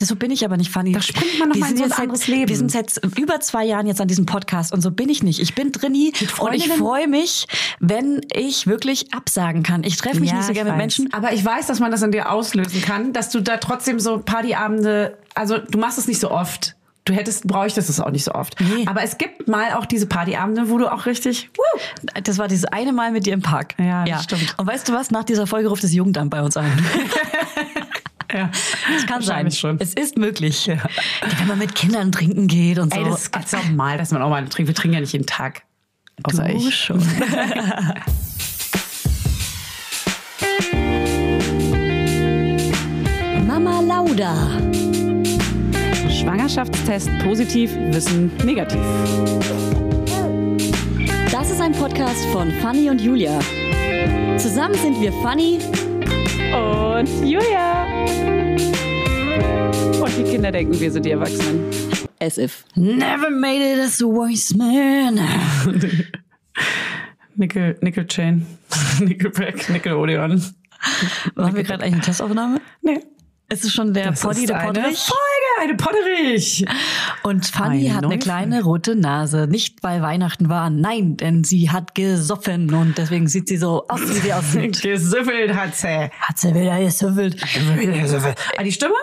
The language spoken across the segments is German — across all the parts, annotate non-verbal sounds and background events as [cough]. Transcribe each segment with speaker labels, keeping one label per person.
Speaker 1: So bin ich aber nicht, Fanny.
Speaker 2: Da springt man noch
Speaker 1: Wir
Speaker 2: mal in
Speaker 1: sind
Speaker 2: so ein
Speaker 1: jetzt
Speaker 2: anderes
Speaker 1: seit,
Speaker 2: Leben.
Speaker 1: Wir sind seit über zwei Jahren jetzt an diesem Podcast und so bin ich nicht. Ich bin Drini und ich
Speaker 2: Freundinnen?
Speaker 1: freue mich, wenn ich wirklich absagen kann. Ich treffe mich
Speaker 2: Ja,
Speaker 1: nicht so
Speaker 2: ich
Speaker 1: gerne mit
Speaker 2: weiß.
Speaker 1: Menschen.
Speaker 2: Aber ich weiß, dass man das in dir auslösen kann, dass du da trotzdem so Partyabende, also du machst es nicht so oft. Du hättest, bräuchtest es auch nicht so oft.
Speaker 1: Nee.
Speaker 2: Aber es gibt mal auch diese Partyabende, wo du auch richtig, wuh,
Speaker 1: Das war dieses eine Mal mit dir im Park.
Speaker 2: Ja, das stimmt.
Speaker 1: Und weißt du was? Nach dieser Folge ruft das Jugendamt bei uns
Speaker 2: [laughs]
Speaker 1: an.
Speaker 2: ja.
Speaker 1: Es kann sein.
Speaker 2: Wahrscheinlich schon.
Speaker 1: Es ist möglich. Wenn man mit Kindern trinken geht und so.
Speaker 2: Ey, das ist ganz normal, dass man auch mal trinkt. Wir trinken ja nicht jeden Tag. Außer
Speaker 1: Du
Speaker 2: ich.
Speaker 1: schon. [laughs] Mama Lauda.
Speaker 2: Schwangerschaftstest positiv, Wissen negativ.
Speaker 1: Das ist ein Podcast von Fanny und Julia. Zusammen sind wir Fanny.
Speaker 2: Und Julia. Und die Kinder denken, wir sind die Erwachsenen.
Speaker 1: As if. Never made it as a wise man.
Speaker 2: Nickel, Nickel Chain. [laughs] Nickelback, Nickel Odeon.
Speaker 1: Haben wir gerade eigentlich eine Testaufnahme?
Speaker 2: Nee.
Speaker 1: Es ist schon der
Speaker 2: Das
Speaker 1: Poddy,
Speaker 2: ist
Speaker 1: der
Speaker 2: eine
Speaker 1: Podrich.
Speaker 2: Folge, eine Potterich.
Speaker 1: Und Fanny
Speaker 2: Eine
Speaker 1: hat eine
Speaker 2: neue
Speaker 1: kleine rote Nase. Nicht weil Weihnachten war, nein, denn sie hat gesoffen und deswegen sieht sie so aus, wie sie [laughs]
Speaker 2: [laughs]
Speaker 1: aussieht.
Speaker 2: Gesüffelt hat sie.
Speaker 1: hat sie wieder gesüffelt.
Speaker 2: Ah, die Stimme?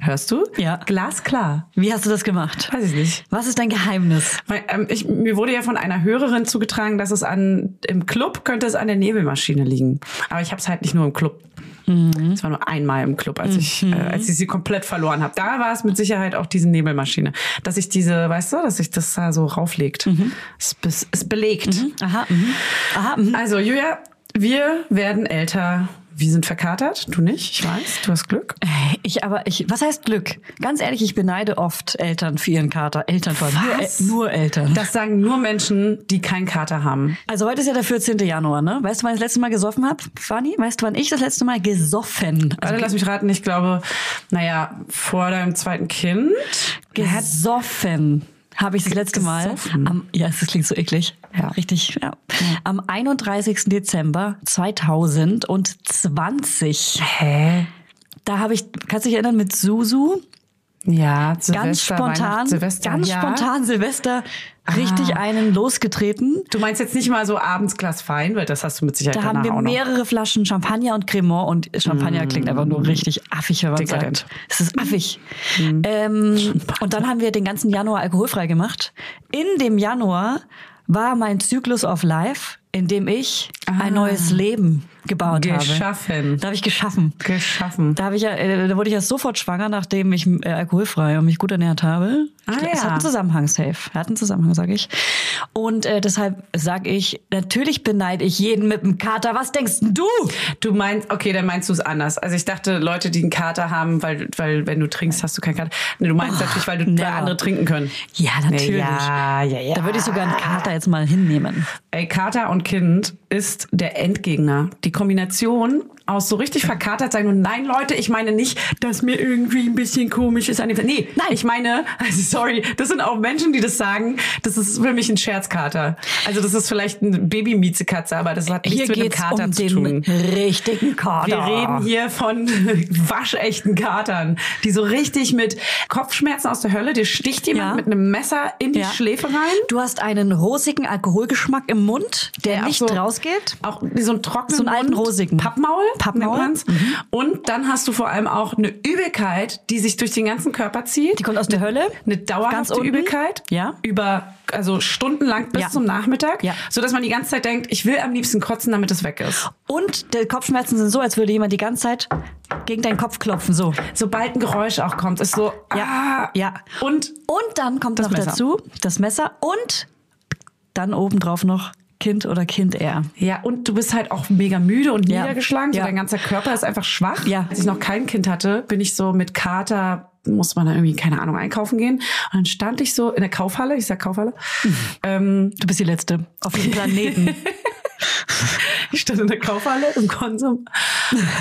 Speaker 2: Hörst du?
Speaker 1: Ja.
Speaker 2: Glasklar.
Speaker 1: Wie hast du das gemacht?
Speaker 2: Weiß ich nicht.
Speaker 1: Was ist dein Geheimnis?
Speaker 2: Weil, ähm, ich, mir wurde ja von einer Hörerin zugetragen, dass es an im Club könnte es an der Nebelmaschine liegen. Aber ich habe es halt nicht nur im Club. Es war nur einmal im Club, als ich äh, als ich sie komplett verloren habe. Da war es mit Sicherheit auch diese Nebelmaschine, dass ich diese, weißt du, dass sich das da so rauflegt. Es be- ist belegt.
Speaker 1: Aha, mhm. aha, mhm.
Speaker 2: Also Julia, wir werden älter. Wir sind verkatert, du nicht, ich weiß, du hast Glück.
Speaker 1: Ich aber, ich, was heißt Glück? Ganz ehrlich, ich beneide oft Eltern für ihren Kater. Eltern vor allem.
Speaker 2: Was?
Speaker 1: Nur, nur Eltern.
Speaker 2: Das sagen nur Menschen, die keinen Kater haben.
Speaker 1: also heute ist ja der 14. Januar, ne? Weißt du, wann ich das letzte Mal gesoffen habe? Fanny, weißt du, wann ich das letzte Mal gesoffen? Also
Speaker 2: Warte, lass mich raten, ich glaube, naja, vor deinem zweiten Kind.
Speaker 1: gesoffen habe ich das letzte Mal.
Speaker 2: Gesoffen?
Speaker 1: Am, ja, es klingt so eklig.
Speaker 2: Ja.
Speaker 1: Richtig, ja. Am 31. Dezember 2020.
Speaker 2: Hä?
Speaker 1: Da habe ich, kannst du dich erinnern, mit Susu
Speaker 2: Ja, Silvester,
Speaker 1: ganz spontan,
Speaker 2: Weihnachten, Silvester,
Speaker 1: ganz
Speaker 2: ja. Ah.
Speaker 1: spontan Silvester richtig einen losgetreten.
Speaker 2: Du meinst jetzt nicht mal so abends Glas Wein, weil das hast du mit Sicherheit
Speaker 1: Da haben
Speaker 2: danach
Speaker 1: wir
Speaker 2: auch noch.
Speaker 1: mehrere Flaschen Champagner und Cremant und Champagner klingt einfach nur richtig affig, wenn man
Speaker 2: Mm. Dekadent. Mm.
Speaker 1: sagt. Es ist affig. Ähm, und dann haben wir den ganzen Januar alkoholfrei gemacht. In dem Januar war mein Zyklus of Life, in dem ich
Speaker 2: Ah.
Speaker 1: ein neues Leben gebaut habe.
Speaker 2: Geschaffen.
Speaker 1: Da habe ich geschaffen.
Speaker 2: Geschaffen.
Speaker 1: Da, hab ich ja, äh, da wurde ich ja sofort schwanger, nachdem ich äh, alkoholfrei und mich gut ernährt habe.
Speaker 2: Ah,
Speaker 1: Ich glaub, Es
Speaker 2: ja.
Speaker 1: hat einen Zusammenhang, safe. Hat einen Zusammenhang, sage ich. Und äh, deshalb sage ich, natürlich beneide ich jeden mit dem Kater. Was denkst denn du?
Speaker 2: Du meinst, okay, dann meinst du es anders. Also ich dachte, Leute, die einen Kater haben, weil, weil wenn du trinkst, hast du keinen Kater. Nee, du meinst natürlich, weil, du, weil
Speaker 1: Oh, never.
Speaker 2: andere trinken können.
Speaker 1: Ja, natürlich.
Speaker 2: Ja, ja, ja.
Speaker 1: Da würde ich sogar einen Kater jetzt mal hinnehmen.
Speaker 2: Ey, Kater und Kind ist der Endgegner. Die Kombination aus so richtig verkatert sein und nein, Leute, ich meine nicht, dass mir irgendwie ein bisschen komisch ist. An dem nee, nein, ich meine, [laughs] also sorry, das sind auch Menschen, die das sagen. Das ist für mich ein Scherzkater. Also das ist vielleicht ein Baby-Miezekatze, aber das hat
Speaker 1: Hier
Speaker 2: nichts mit einem
Speaker 1: geht's
Speaker 2: Kater
Speaker 1: um
Speaker 2: zu
Speaker 1: den
Speaker 2: tun.
Speaker 1: richtigen Kater.
Speaker 2: Wir reden hier von [laughs] waschechten Katern, die so richtig mit Kopfschmerzen aus der Hölle, dir sticht jemand
Speaker 1: Ja.
Speaker 2: mit einem Messer in die
Speaker 1: Ja.
Speaker 2: Schläfe rein.
Speaker 1: Du hast einen rosigen Alkoholgeschmack im Mund, der
Speaker 2: Ja,
Speaker 1: nicht
Speaker 2: so-
Speaker 1: rausgeht.
Speaker 2: Auch so einen trockenen
Speaker 1: So einen alten
Speaker 2: Mund,
Speaker 1: rosigen.
Speaker 2: Pappmaul.
Speaker 1: Pappmaul. Mhm.
Speaker 2: nennt man's. Und dann hast du vor allem auch eine Übelkeit, die sich durch den ganzen Körper zieht.
Speaker 1: Die kommt aus der Hölle.
Speaker 2: eine dauerhafte
Speaker 1: unten.
Speaker 2: Übelkeit.
Speaker 1: Ja.
Speaker 2: Über, also stundenlang bis
Speaker 1: Ja.
Speaker 2: zum Nachmittag.
Speaker 1: Ja.
Speaker 2: Sodass man die ganze Zeit denkt, ich will am liebsten kotzen, damit es weg ist.
Speaker 1: Und die Kopfschmerzen sind so, als würde jemand die ganze Zeit gegen deinen Kopf klopfen. So.
Speaker 2: Sobald ein Geräusch auch kommt, ist so,
Speaker 1: Ja,
Speaker 2: ah.
Speaker 1: ja.
Speaker 2: Und
Speaker 1: Und dann kommt noch
Speaker 2: Messer.
Speaker 1: dazu das Messer und dann obendrauf noch Kind oder Kind eher.
Speaker 2: Ja, und du bist halt auch mega müde und
Speaker 1: Ja.
Speaker 2: niedergeschlagen. So
Speaker 1: Ja.
Speaker 2: Dein ganzer Körper ist einfach schwach.
Speaker 1: Ja.
Speaker 2: Als ich noch kein Kind hatte, bin ich so mit Kater, muss man dann irgendwie, keine Ahnung, einkaufen gehen. Und dann stand ich so in der Kaufhalle,
Speaker 1: Mhm.
Speaker 2: ich sag Kaufhalle, ähm, [laughs]
Speaker 1: Du bist die Letzte auf diesem Planeten.
Speaker 2: Ich stand in der Kaufhalle im Konsum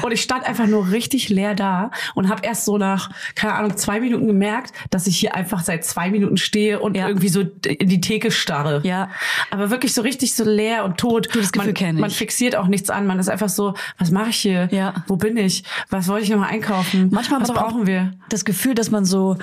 Speaker 2: und ich stand einfach nur richtig leer da und habe erst so nach, keine Ahnung, zwei Minuten gemerkt, dass ich hier einfach seit zwei Minuten stehe und
Speaker 1: Ja.
Speaker 2: irgendwie so in die Theke starre.
Speaker 1: Ja.
Speaker 2: Aber wirklich so richtig so leer und tot.
Speaker 1: das Gefühl
Speaker 2: man,
Speaker 1: kenn ich.
Speaker 2: Man fixiert auch nichts an. Man ist einfach so, was mache ich hier?
Speaker 1: Ja.
Speaker 2: Wo bin ich? Was wollte ich nochmal einkaufen?
Speaker 1: Manchmal
Speaker 2: was
Speaker 1: hat man auch
Speaker 2: brauchen wir?
Speaker 1: Das Gefühl, dass man so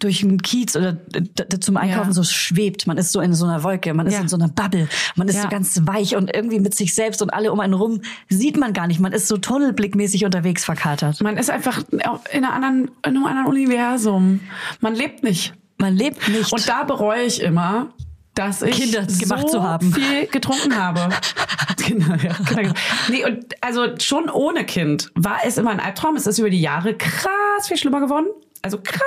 Speaker 1: durch den Kiez oder d- d- zum Einkaufen
Speaker 2: Ja.
Speaker 1: so schwebt. Man ist so in so einer Wolke, man ist
Speaker 2: Ja.
Speaker 1: in so einer Bubble, man ist
Speaker 2: Ja.
Speaker 1: so ganz weich und irgendwie mit sich selbst und alle um einen rum sieht man gar nicht. Man ist so tunnelblickmäßig unterwegs verkatert.
Speaker 2: Man ist einfach in, einer anderen, in einem anderen Universum. Man lebt nicht.
Speaker 1: Man lebt nicht.
Speaker 2: Und da bereue ich immer, dass ich
Speaker 1: Kinder gemacht
Speaker 2: so
Speaker 1: zu haben.
Speaker 2: viel getrunken
Speaker 1: [laughs]
Speaker 2: habe. genau, ja. Kinder- nee, und also schon ohne Kind war es immer ein Albtraum. Es ist über die Jahre krass viel schlimmer geworden. Also krass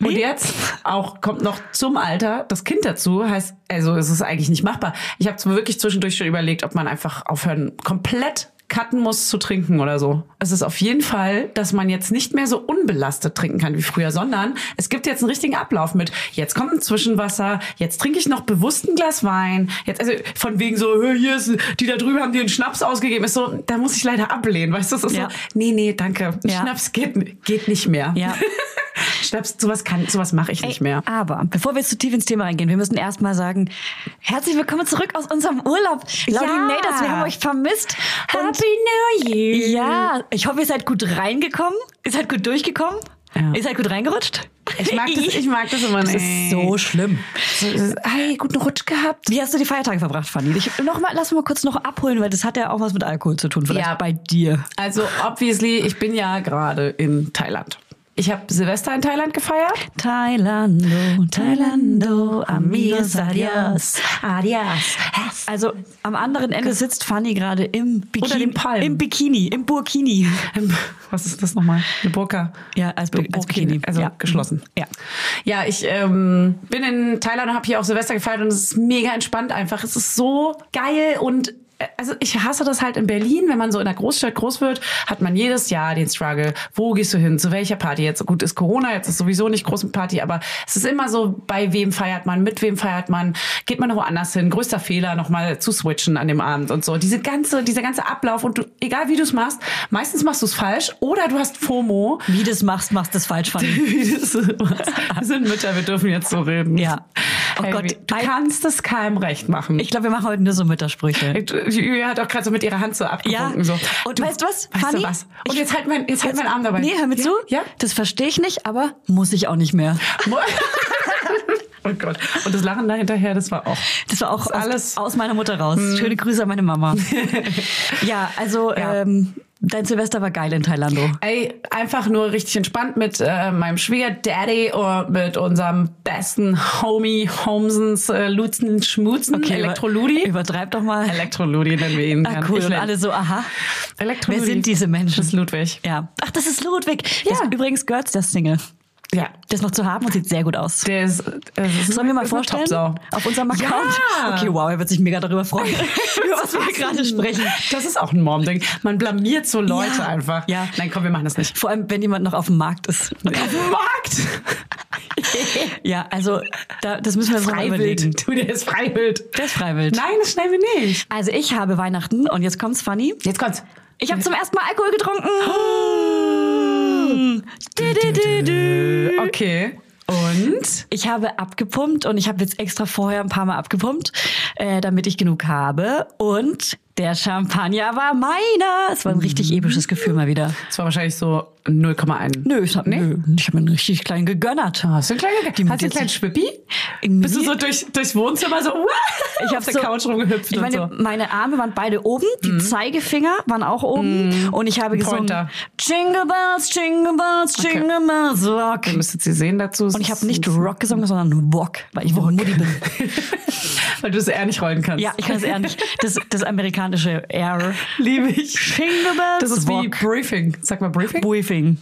Speaker 2: Und jetzt auch kommt noch zum Alter das Kind dazu. Heißt, also es ist eigentlich nicht machbar. Ich habe wirklich zwischendurch schon überlegt, ob man einfach aufhören, komplett cutten muss zu trinken oder so. Es ist auf jeden Fall, dass man jetzt nicht mehr so unbelastet trinken kann wie früher, sondern es gibt jetzt einen richtigen Ablauf mit, jetzt kommt ein Zwischenwasser, jetzt trinke ich noch bewusst ein Glas Wein, jetzt, also von wegen so, "Hö, hier ist, die da drüben haben dir einen Schnaps ausgegeben, ist so, da muss ich leider ablehnen, weißt du, das ist
Speaker 1: Ja.
Speaker 2: so, nee, nee, danke,
Speaker 1: Ja.
Speaker 2: Schnaps geht, geht nicht mehr. [laughs]
Speaker 1: Ja.
Speaker 2: Schnaps, sowas kann, sowas mache ich nicht mehr.
Speaker 1: Aber bevor wir jetzt zu tief ins Thema reingehen, wir müssen erstmal sagen, herzlich willkommen zurück aus unserem Urlaub. Laudinators, wir haben euch vermisst. Und
Speaker 2: New Year.
Speaker 1: ja, ich hoffe, ihr seid gut reingekommen. Ihr seid gut durchgekommen.
Speaker 2: Ja.
Speaker 1: Ihr seid gut reingerutscht.
Speaker 2: Ich mag das, ich mag das immer
Speaker 1: Das
Speaker 2: nicht.
Speaker 1: ist so schlimm.
Speaker 2: Hey, guten Rutsch gehabt.
Speaker 1: Wie hast du die Feiertage verbracht, Fanny? Ich, noch mal, lass mal kurz noch abholen, weil das hat ja auch was mit Alkohol zu tun. Vielleicht
Speaker 2: Ja.
Speaker 1: bei dir.
Speaker 2: Also, obviously, ich bin ja gerade in Thailand. Ich habe Silvester in Thailand gefeiert.
Speaker 1: Thailando, Thailando, amigos, adios.
Speaker 2: Adios.
Speaker 1: Also am anderen Ende sitzt Fanny gerade im Bikini.
Speaker 2: Unter den Palmen.
Speaker 1: Im Bikini, im Burkini.
Speaker 2: Was ist das nochmal? Eine Burka.
Speaker 1: Ja, als Bi- als Bikini.
Speaker 2: Also
Speaker 1: Ja.
Speaker 2: geschlossen.
Speaker 1: Ja.
Speaker 2: Ja, ich ähm, bin in Thailand und habe hier auch Silvester gefeiert und es ist mega entspannt einfach. Es ist so geil und also ich hasse das halt in Berlin, wenn man so in der Großstadt groß wird, hat man jedes Jahr den Struggle. Wo gehst du hin? Zu welcher Party jetzt? Gut, ist Corona, jetzt ist sowieso nicht große Party, aber es ist immer so, bei wem feiert man, mit wem feiert man, geht man noch woanders hin, größter Fehler, nochmal zu switchen an dem Abend und so. Diese ganze, dieser ganze Ablauf und du, egal wie du es machst, meistens machst du es falsch oder du hast FOMO.
Speaker 1: Wie du das machst, machst du es falsch,
Speaker 2: [laughs]
Speaker 1: Fanny.
Speaker 2: Wie
Speaker 1: [laughs]
Speaker 2: das ist. Wir sind Mütter, wir dürfen jetzt so reden.
Speaker 1: Ja. Oh
Speaker 2: Hey,
Speaker 1: Gott,
Speaker 2: du
Speaker 1: I-
Speaker 2: kannst es keinem recht machen.
Speaker 1: Ich glaube, wir machen heute nur so Müttersprüche.
Speaker 2: Julia hat auch gerade so mit ihrer Hand so abgewunken.
Speaker 1: Ja.
Speaker 2: So.
Speaker 1: Und weißt du was,
Speaker 2: Weißt
Speaker 1: Fanny?
Speaker 2: du was? Und
Speaker 1: Ich-
Speaker 2: jetzt halt mein, jetzt halt mein Arm dabei.
Speaker 1: Nee, hör mir
Speaker 2: ja?
Speaker 1: zu.
Speaker 2: Ja.
Speaker 1: Das verstehe ich nicht, aber muss ich auch nicht mehr.
Speaker 2: [laughs] oh Gott. Und das Lachen da hinterher, das
Speaker 1: [laughs]
Speaker 2: war auch.
Speaker 1: Das war auch
Speaker 2: Das ist alles- Hm.
Speaker 1: alles aus meiner Mutter raus. Schöne Grüße an meine
Speaker 2: [laughs]
Speaker 1: Mama. ja, also
Speaker 2: Ja. Hm,
Speaker 1: Ähm, dein Silvester war geil in Thailando.
Speaker 2: Ey, einfach nur richtig entspannt mit äh, meinem Schwiegerdaddy und mit unserem besten Homie Homsens äh, Lutzen Schmutzen
Speaker 1: Okay, über-
Speaker 2: Elektroludi.
Speaker 1: Übertreib doch mal.
Speaker 2: Elektroludi nennen wir ihn.
Speaker 1: ah,
Speaker 2: gern.
Speaker 1: cool.
Speaker 2: Ich
Speaker 1: Und
Speaker 2: nenn-
Speaker 1: alle so, aha.
Speaker 2: Elektroludi.
Speaker 1: Wer sind diese Menschen?
Speaker 2: Das ist Ludwig.
Speaker 1: Ja. Ach, das ist Ludwig. Ja. Das
Speaker 2: Ja.
Speaker 1: ist übrigens Girls, das Single.
Speaker 2: Ja.
Speaker 1: Das noch zu haben und sieht sehr gut aus.
Speaker 2: Der ist, äh,
Speaker 1: Sollen wir mal
Speaker 2: ist eine
Speaker 1: vorstellen?
Speaker 2: Topsau.
Speaker 1: Auf unserem Account?
Speaker 2: Ja.
Speaker 1: Okay, wow, er wird sich mega darüber
Speaker 2: [laughs]
Speaker 1: freuen, [laughs] über was wir gerade sprechen.
Speaker 2: Das ist auch ein Mom-Ding. Man blamiert so Leute
Speaker 1: Ja.
Speaker 2: einfach.
Speaker 1: Ja.
Speaker 2: Nein, komm, wir machen das nicht.
Speaker 1: Vor allem, wenn jemand noch auf dem Markt ist.
Speaker 2: [laughs] Markt!
Speaker 1: Ja, also da, das müssen wir uns noch mal überlegen.
Speaker 2: Freiwild. Du, der ist Freiwild.
Speaker 1: Der ist freiwillig.
Speaker 2: Nein, das schneiden wir nicht.
Speaker 1: Also ich habe Weihnachten und jetzt kommt's funny.
Speaker 2: Jetzt kommt's.
Speaker 1: Ich habe zum ersten Mal Alkohol getrunken. Du, du, du, du.
Speaker 2: Ah. Äh, Okay. Und?
Speaker 1: Ich habe abgepumpt und ich habe jetzt extra vorher ein paar Mal abgepumpt, äh, damit ich genug habe. Und der Champagner war meiner. Es war ein richtig
Speaker 2: Mhm.
Speaker 1: episches Gefühl mal wieder.
Speaker 2: Es war wahrscheinlich so 0,1.
Speaker 1: Nö, ich habe
Speaker 2: Nee?
Speaker 1: nö, ich hab mir einen richtig kleinen gegönnert.
Speaker 2: Oh, Hast du einen kleinen,
Speaker 1: Die
Speaker 2: hast du einen
Speaker 1: mit
Speaker 2: kleinen
Speaker 1: jetzt-
Speaker 2: Schwippi?
Speaker 1: Irgendwie-
Speaker 2: Bist du so durch, durchs Wohnzimmer so [laughs] uh,
Speaker 1: Ich
Speaker 2: auf
Speaker 1: habe
Speaker 2: der
Speaker 1: so,
Speaker 2: Couch rumgehüpft
Speaker 1: ich meine,
Speaker 2: und so? Mhm.
Speaker 1: Meine Arme waren beide oben, die Zeigefinger waren auch oben und ich habe gesungen
Speaker 2: Pointer.
Speaker 1: Jingle Bells, Jingle Bells, Jingle Bells Rock.
Speaker 2: Ihr müsstet sie sehen dazu.
Speaker 1: Und ich habe nicht Rock gesungen, sondern Walk, weil ich Walk. Mutti bin.
Speaker 2: [laughs] Weil du es eher nicht rollen kannst.
Speaker 1: Ja, ich kann es eher nicht. Das, das amerikanische R.
Speaker 2: [laughs] Liebe ich.
Speaker 1: Jingle Bells,
Speaker 2: Das ist wie
Speaker 1: Walk.
Speaker 2: Briefing. Sag mal Briefing. [laughs]
Speaker 1: Briefing.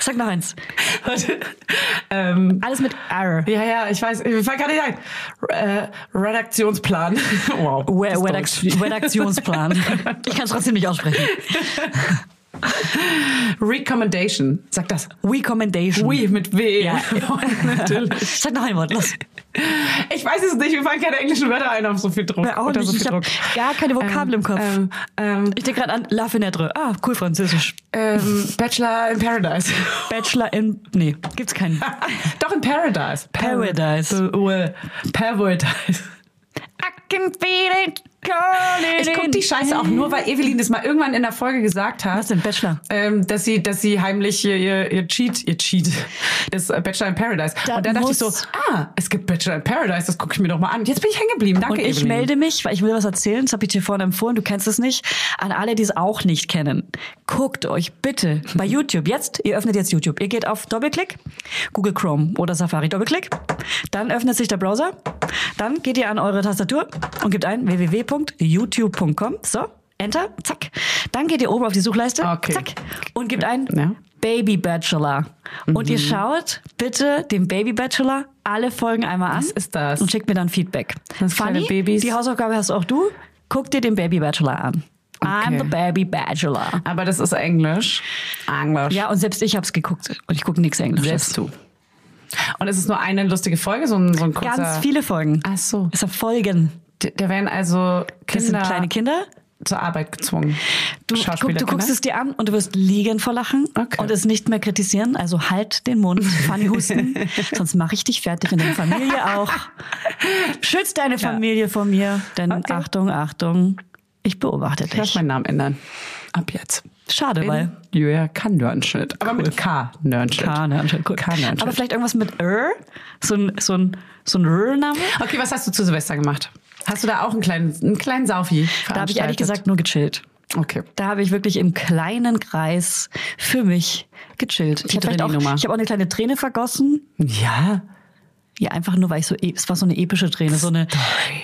Speaker 1: Sag noch eins.
Speaker 2: Warte. ähm,
Speaker 1: Alles mit R.
Speaker 2: ja, ja, ich weiß, mir fällt gerade nicht ein. Re- äh, Redaktionsplan.
Speaker 1: [laughs]
Speaker 2: wow.
Speaker 1: We-
Speaker 2: das ist
Speaker 1: Redax-
Speaker 2: deutsch.
Speaker 1: Redaktionsplan. Ich kann es trotzdem nicht aussprechen.
Speaker 2: Recommendation. Sag das.
Speaker 1: Recommendation.
Speaker 2: Oui, mit W.
Speaker 1: Hm.
Speaker 2: [laughs]
Speaker 1: Ja.
Speaker 2: Natürlich.
Speaker 1: Sag noch ein Wort, los.
Speaker 2: Ich weiß es nicht, mir fallen keine englischen Wörter ein auf so viel Druck.
Speaker 1: Ja, auch
Speaker 2: unter
Speaker 1: nicht.
Speaker 2: so viel
Speaker 1: Ich hab
Speaker 2: Druck.
Speaker 1: gar keine Vokabel im Kopf.
Speaker 2: Ähm, ähm,
Speaker 1: Ich denke gerade an La Fenêtre. Ah, cool, französisch.
Speaker 2: ähm, Bachelor in Paradise.
Speaker 1: Bachelor in... Nee, gibt's keinen.
Speaker 2: [laughs] Doch, in Paradise. Par-
Speaker 1: Paradise.
Speaker 2: Äh, Paradise.
Speaker 1: I can feel it calling
Speaker 2: Ich guck die Scheiße auch nur, weil Evelyn das mal irgendwann in der Folge gesagt hat.
Speaker 1: Was denn, Bachelor?
Speaker 2: Ähm, dass sie, dass sie heimlich ihr, ihr, ihr Cheat, ihr Cheat, das äh, Bachelor in Paradise.
Speaker 1: Da
Speaker 2: und dann dachte ich so,
Speaker 1: muss-
Speaker 2: ah, es gibt Bachelor in Paradise, das gucke ich mir doch mal an. Jetzt bin ich hängen geblieben. Danke,
Speaker 1: Und ich
Speaker 2: Evelyn.
Speaker 1: melde mich, weil ich will was erzählen, das habe ich dir vorhin empfohlen, du kennst es nicht, an alle, die es auch nicht kennen. Guckt euch bitte
Speaker 2: [laughs]
Speaker 1: bei YouTube jetzt, ihr öffnet jetzt YouTube, ihr geht auf Doppelklick, Google Chrome oder Safari Doppelklick, dann öffnet sich der Browser, dann geht ihr an eure Tastatur und gebt ein www.youtube.com, so, Enter, zack. Dann geht ihr oben auf die Suchleiste,
Speaker 2: Okay.
Speaker 1: zack, und gebt ein
Speaker 2: Ja. Mhm.
Speaker 1: Baby Bachelor. Und ihr schaut bitte dem Baby Bachelor alle Folgen einmal an. Was
Speaker 2: ist das?
Speaker 1: Und schickt mir dann Feedback.
Speaker 2: Das kleine
Speaker 1: Fanny,
Speaker 2: Babys.
Speaker 1: die Hausaufgabe hast auch du. Guck dir den Baby Bachelor an. I'm
Speaker 2: Okay.
Speaker 1: the Baby Bachelor.
Speaker 2: Aber das ist Englisch. Englisch.
Speaker 1: Ja, und selbst ich hab's geguckt. Und ich gucke nichts Englisches.
Speaker 2: Selbst du. Und es ist nur eine lustige Folge, so ein, so ein kurzer. Ah.
Speaker 1: Ganz viele Folgen.
Speaker 2: Ach so.
Speaker 1: Es sind Folgen.
Speaker 2: D- Da werden also
Speaker 1: Das
Speaker 2: Kinder
Speaker 1: sind kleine Kinder.
Speaker 2: zur Arbeit gezwungen.
Speaker 1: Du, guck, du guckst es dir an und du wirst liegen vor Lachen
Speaker 2: Okay.
Speaker 1: und es nicht mehr kritisieren. Also halt den Mund, Fanny
Speaker 2: [laughs]
Speaker 1: Husten, sonst mache ich dich fertig in der Familie auch. Schütz deine Familie vor mir, denn
Speaker 2: Okay.
Speaker 1: Achtung, Achtung, ich beobachte
Speaker 2: Ich darf
Speaker 1: dich.
Speaker 2: meinen Namen ändern. Ab jetzt.
Speaker 1: Schade, weil
Speaker 2: Julia kann Nörnschnitt. Aber mit K Nörnschnitt.
Speaker 1: Kahn, ja, anscheinend cool.
Speaker 2: K Nörnschnitt.
Speaker 1: halt Aber vielleicht irgendwas mit R, so ein, so ein, so ein R-Name.
Speaker 2: Okay, was hast du zu Silvester gemacht? Hast du da auch einen kleinen, einen kleinen Saufi
Speaker 1: Da habe ich ehrlich
Speaker 2: veranstaltet?
Speaker 1: gesagt nur gechillt.
Speaker 2: Okay.
Speaker 1: Da habe ich wirklich im kleinen Kreis für mich gechillt. Ich
Speaker 2: Die
Speaker 1: habe vielleicht auch,
Speaker 2: Drillingnummer.
Speaker 1: ich habe auch eine kleine Träne vergossen.
Speaker 2: Ja.
Speaker 1: Ja, einfach nur, weil ich so, e- es war so eine epische Träne, so eine,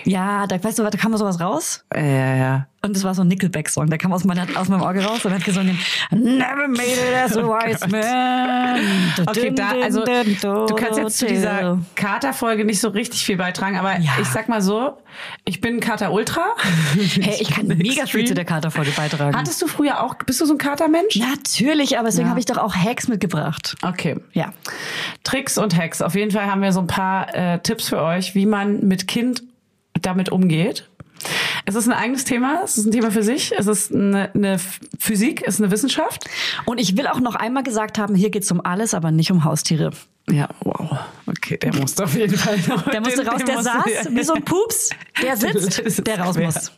Speaker 1: ja, da, weißt du, was, da kam mal sowas raus
Speaker 2: Ja, ja, ja.
Speaker 1: und es war so ein Nickelback-Song, der kam aus, meiner, aus meinem Auge raus und hat gesungen, Never made it as a wise man. [laughs]
Speaker 2: Okay, da, also du kannst jetzt zu dieser Kater-Folge nicht so richtig viel beitragen, aber
Speaker 1: Ja.
Speaker 2: ich sag mal so, ich bin Kater-Ultra.
Speaker 1: [laughs] Hey, ich [laughs]
Speaker 2: [laughs]
Speaker 1: kann mega viel zu der Katerfolge beitragen.
Speaker 2: Hattest du früher auch, bist du so ein Katermensch?
Speaker 1: Natürlich, aber deswegen habe ich doch auch Hacks mitgebracht.
Speaker 2: Okay.
Speaker 1: Ja.
Speaker 2: Tricks und Hacks. Auf jeden Fall haben wir so ein paar äh, Tipps für euch, wie man mit Kind damit umgeht. Es ist ein eigenes Thema, es ist ein Thema für sich, es ist eine, eine F- Physik, es ist eine Wissenschaft.
Speaker 1: Und ich will auch noch einmal gesagt haben, hier geht's um alles, aber nicht um Haustiere.
Speaker 2: Ja, wow. Okay, der musste auf jeden Fall. noch-
Speaker 1: Der musste
Speaker 2: den-
Speaker 1: raus,
Speaker 2: den
Speaker 1: der
Speaker 2: musste-
Speaker 1: saß wie so ein Pups,
Speaker 2: [laughs]
Speaker 1: der sitzt, der raus
Speaker 2: quer.
Speaker 1: muss.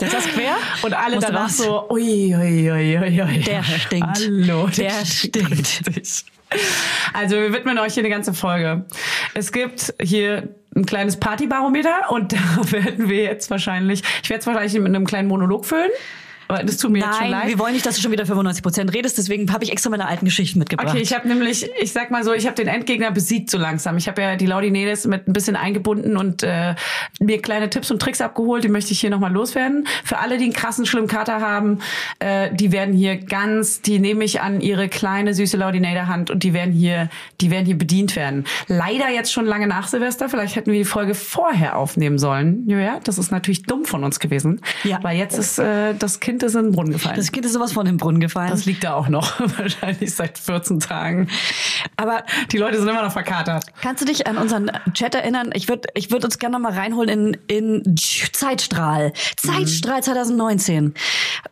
Speaker 1: Der saß quer
Speaker 2: Und alle
Speaker 1: musste
Speaker 2: danach
Speaker 1: raus.
Speaker 2: so, ui, ui, ui, ui, ui.
Speaker 1: Der stinkt.
Speaker 2: Hallo,
Speaker 1: Der stinkt.
Speaker 2: richtig. Also wir widmen euch hier eine ganze Folge. Es gibt hier ein kleines Partybarometer und [laughs] da werden wir jetzt wahrscheinlich, ich werde es wahrscheinlich mit einem kleinen Monolog füllen, aber das tut mir jetzt schon
Speaker 1: Nein,
Speaker 2: leid.
Speaker 1: wir wollen nicht, dass du schon wieder 95 Prozent redest, deswegen habe ich extra meine alten Geschichten mitgebracht.
Speaker 2: Okay, ich habe nämlich, ich sag mal so, ich habe den Endgegner besiegt so langsam. Ich habe ja die Laudinedes mit ein bisschen eingebunden und äh, mir kleine Tipps und Tricks abgeholt, die möchte ich hier nochmal loswerden. Für alle, die einen krassen, schlimmen Kater haben, äh, die werden hier ganz, die nehme ich an ihre kleine, süße Laudinader-Hand und die werden hier, die werden hier bedient werden. Leider jetzt schon lange nach Silvester, vielleicht hätten wir die Folge vorher aufnehmen sollen. Ja, das ist natürlich dumm von uns gewesen.
Speaker 1: Ja.
Speaker 2: Weil jetzt ist, äh, das Kind ist in den Brunnen gefallen.
Speaker 1: das Kind ist sowas von in den Brunnen gefallen.
Speaker 2: das liegt da auch noch, [laughs] wahrscheinlich seit 14 Tagen.
Speaker 1: aber
Speaker 2: Die Leute sind immer noch verkatert.
Speaker 1: kannst du dich an unseren Chat erinnern? Ich würde ich würd uns gerne noch mal reinholen in, in Zeitstrahl. Zeitstrahl 2019.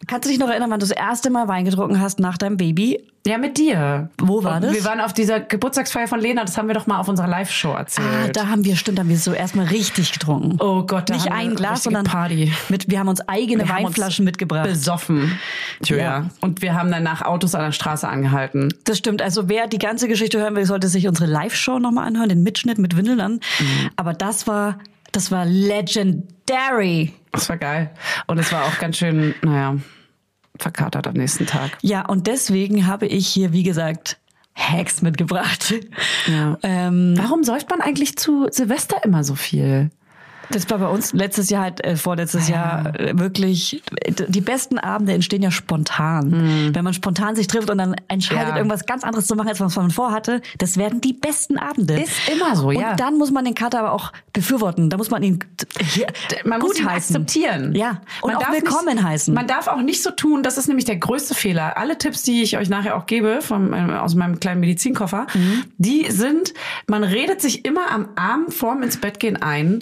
Speaker 1: Kannst du dich noch erinnern, wann du das erste Mal Wein getrunken hast nach deinem Baby?
Speaker 2: Ja, mit dir.
Speaker 1: Wo war
Speaker 2: Und
Speaker 1: das?
Speaker 2: Wir waren auf dieser Geburtstagsfeier von Lena, das haben wir doch mal auf unserer Live-Show erzählt.
Speaker 1: Ah, da haben wir, stimmt, da haben wir so erstmal richtig getrunken.
Speaker 2: Oh Gott, da
Speaker 1: Nicht
Speaker 2: haben wir
Speaker 1: ein
Speaker 2: eine
Speaker 1: Glas,
Speaker 2: richtige
Speaker 1: sondern
Speaker 2: Party.
Speaker 1: Mit, wir haben uns eigene
Speaker 2: Wir haben uns
Speaker 1: Weinflaschen mitgebracht.
Speaker 2: Besoffen. Tja.
Speaker 1: Ja.
Speaker 2: Und wir haben danach Autos an der Straße angehalten.
Speaker 1: Das stimmt. Also wer die ganze Geschichte hören will, sollte sich unsere Live-Show nochmal anhören, den Mitschnitt mit Windeln an.
Speaker 2: Mhm.
Speaker 1: Aber das war, das war legendary.
Speaker 2: Das war geil. Und es war auch ganz schön, naja, verkatert am nächsten Tag.
Speaker 1: Ja, und deswegen habe ich hier, wie gesagt, Hacks mitgebracht.
Speaker 2: Ja.
Speaker 1: Ähm,
Speaker 2: Warum säuft man eigentlich zu Silvester immer so viel?
Speaker 1: das war bei uns letztes Jahr, halt, äh, vorletztes
Speaker 2: Ah
Speaker 1: Jahr, äh, wirklich, d- die besten Abende entstehen ja spontan. Wenn man spontan sich trifft und dann entscheidet,
Speaker 2: Hm. Ja.
Speaker 1: irgendwas ganz anderes zu machen, als was man vorhatte, das werden die besten Abende.
Speaker 2: Ist immer so,
Speaker 1: und
Speaker 2: ja.
Speaker 1: Und dann muss man den Kater aber auch befürworten. Da muss man ihn hier,
Speaker 2: man muss ihn
Speaker 1: gutheißen.
Speaker 2: akzeptieren.
Speaker 1: Ja, und auch
Speaker 2: darf
Speaker 1: willkommen
Speaker 2: nicht,
Speaker 1: heißen.
Speaker 2: Man darf auch nicht so tun, das ist nämlich der größte Fehler. Alle Tipps, die ich euch nachher auch gebe vom, ähm, aus meinem kleinen Medizinkoffer,
Speaker 1: Mhm.
Speaker 2: die sind, man redet sich immer am Abend vorm ins Bett gehen ein.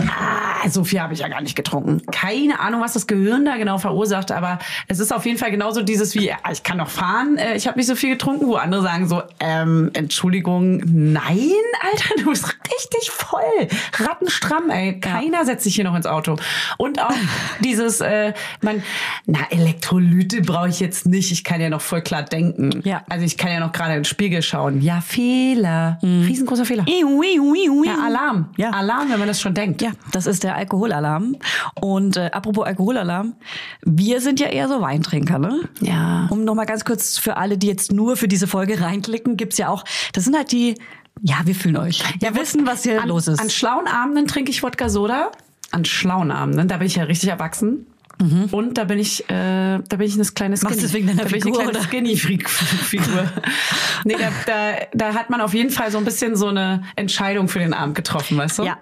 Speaker 2: Ah, so viel habe ich ja gar nicht getrunken. Keine Ahnung, was das Gehirn da genau verursacht, aber es ist auf jeden Fall genauso dieses wie, ah, ich kann noch fahren, äh, ich habe nicht so viel getrunken, wo andere sagen so, ähm, Entschuldigung, nein, Alter, du bist richtig voll. Rattenstramm, ey. Keiner setzt sich hier noch ins Auto. Und
Speaker 1: [laughs]
Speaker 2: auch dieses, äh, man, na, Elektrolyte brauche ich jetzt nicht, ich kann ja noch voll klar denken.
Speaker 1: Ja.
Speaker 2: Also ich kann ja noch gerade in den Spiegel schauen. Ja, Fehler. Riesengroßer Fehler.
Speaker 1: Iu, iu, iu, iu.
Speaker 2: Ja, Alarm.
Speaker 1: Mhm. Ja.
Speaker 2: Alarm, wenn man das schon denkt.
Speaker 1: Ja, das ist der Alkoholalarm. Und äh, apropos Alkoholalarm, wir sind ja eher so Weintrinker, ne?
Speaker 2: Ja.
Speaker 1: Um nochmal ganz kurz für alle, die jetzt nur für diese Folge reinklicken, gibt's ja auch, das sind halt die, ja, wir fühlen euch. Wir wissen, was hier
Speaker 2: an,
Speaker 1: los ist.
Speaker 2: An schlauen Abenden trinke ich Wodka Soda. An schlauen Abenden, da bin ich ja richtig erwachsen. Und da bin ich, äh, da bin ich ein kleines
Speaker 1: Mhm. Machst du es wegen deiner
Speaker 2: da bin ich eine
Speaker 1: Figur,
Speaker 2: kleine
Speaker 1: oder? [laughs]
Speaker 2: Skinny-Figur. nee, da, da, da hat man auf jeden Fall so ein bisschen so eine Entscheidung für den Abend getroffen, weißt du?
Speaker 1: Ja.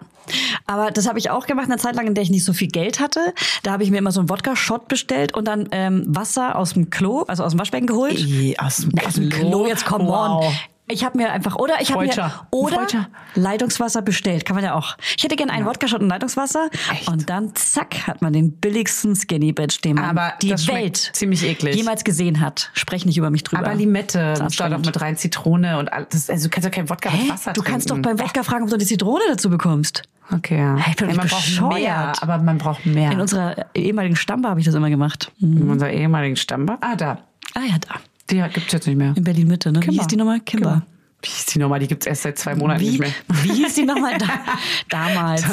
Speaker 1: Aber das habe ich auch gemacht, eine Zeit lang, in der ich nicht so viel Geld hatte. Da habe ich mir immer so einen Wodka-Shot bestellt und dann ähm, Wasser aus dem Klo, also aus dem Waschbecken geholt.
Speaker 2: Ey, aus dem
Speaker 1: Na, aus dem Klo, jetzt come on.
Speaker 2: Wow.
Speaker 1: Ich habe mir einfach, oder ich habe mir
Speaker 2: Freudscher.
Speaker 1: oder
Speaker 2: Freudscher.
Speaker 1: Leitungswasser bestellt. Kann man ja auch. Ich hätte gerne einen Wodka-Shot und Leitungswasser.
Speaker 2: Echt?
Speaker 1: Und dann zack, hat man den billigsten Skinny Bitch, den man
Speaker 2: Aber
Speaker 1: die
Speaker 2: das schmeckt
Speaker 1: Welt
Speaker 2: ziemlich eklig.
Speaker 1: jemals gesehen hat. Sprech nicht über mich drüber.
Speaker 2: Aber Limette,
Speaker 1: Das ist
Speaker 2: da doch
Speaker 1: anstrengend.
Speaker 2: mit rein Zitrone und alles. Das- Also du kannst doch kein Wodka mit
Speaker 1: Hä?
Speaker 2: Wasser
Speaker 1: Du kannst doch
Speaker 2: trinken.
Speaker 1: beim Wodka fragen, ob du die Zitrone dazu bekommst.
Speaker 2: Okay, ja.
Speaker 1: Hey, ich bin
Speaker 2: Ey,
Speaker 1: doch
Speaker 2: man
Speaker 1: nicht
Speaker 2: braucht
Speaker 1: bescheuert.
Speaker 2: mehr, aber man braucht mehr.
Speaker 1: In unserer ehemaligen Stammbar habe ich das immer gemacht. Hm.
Speaker 2: In unserer ehemaligen Stammbar. Ah, da.
Speaker 1: Ah ja, da.
Speaker 2: Die gibt's jetzt nicht mehr.
Speaker 1: In Berlin Mitte, ne? Wie hieß die nochmal? Kimber.
Speaker 2: Wie hieß die nochmal? Die gibt's erst seit zwei Monaten
Speaker 1: Wie,
Speaker 2: nicht mehr.
Speaker 1: [laughs] wie hieß die nochmal da,
Speaker 2: [laughs]
Speaker 1: damals?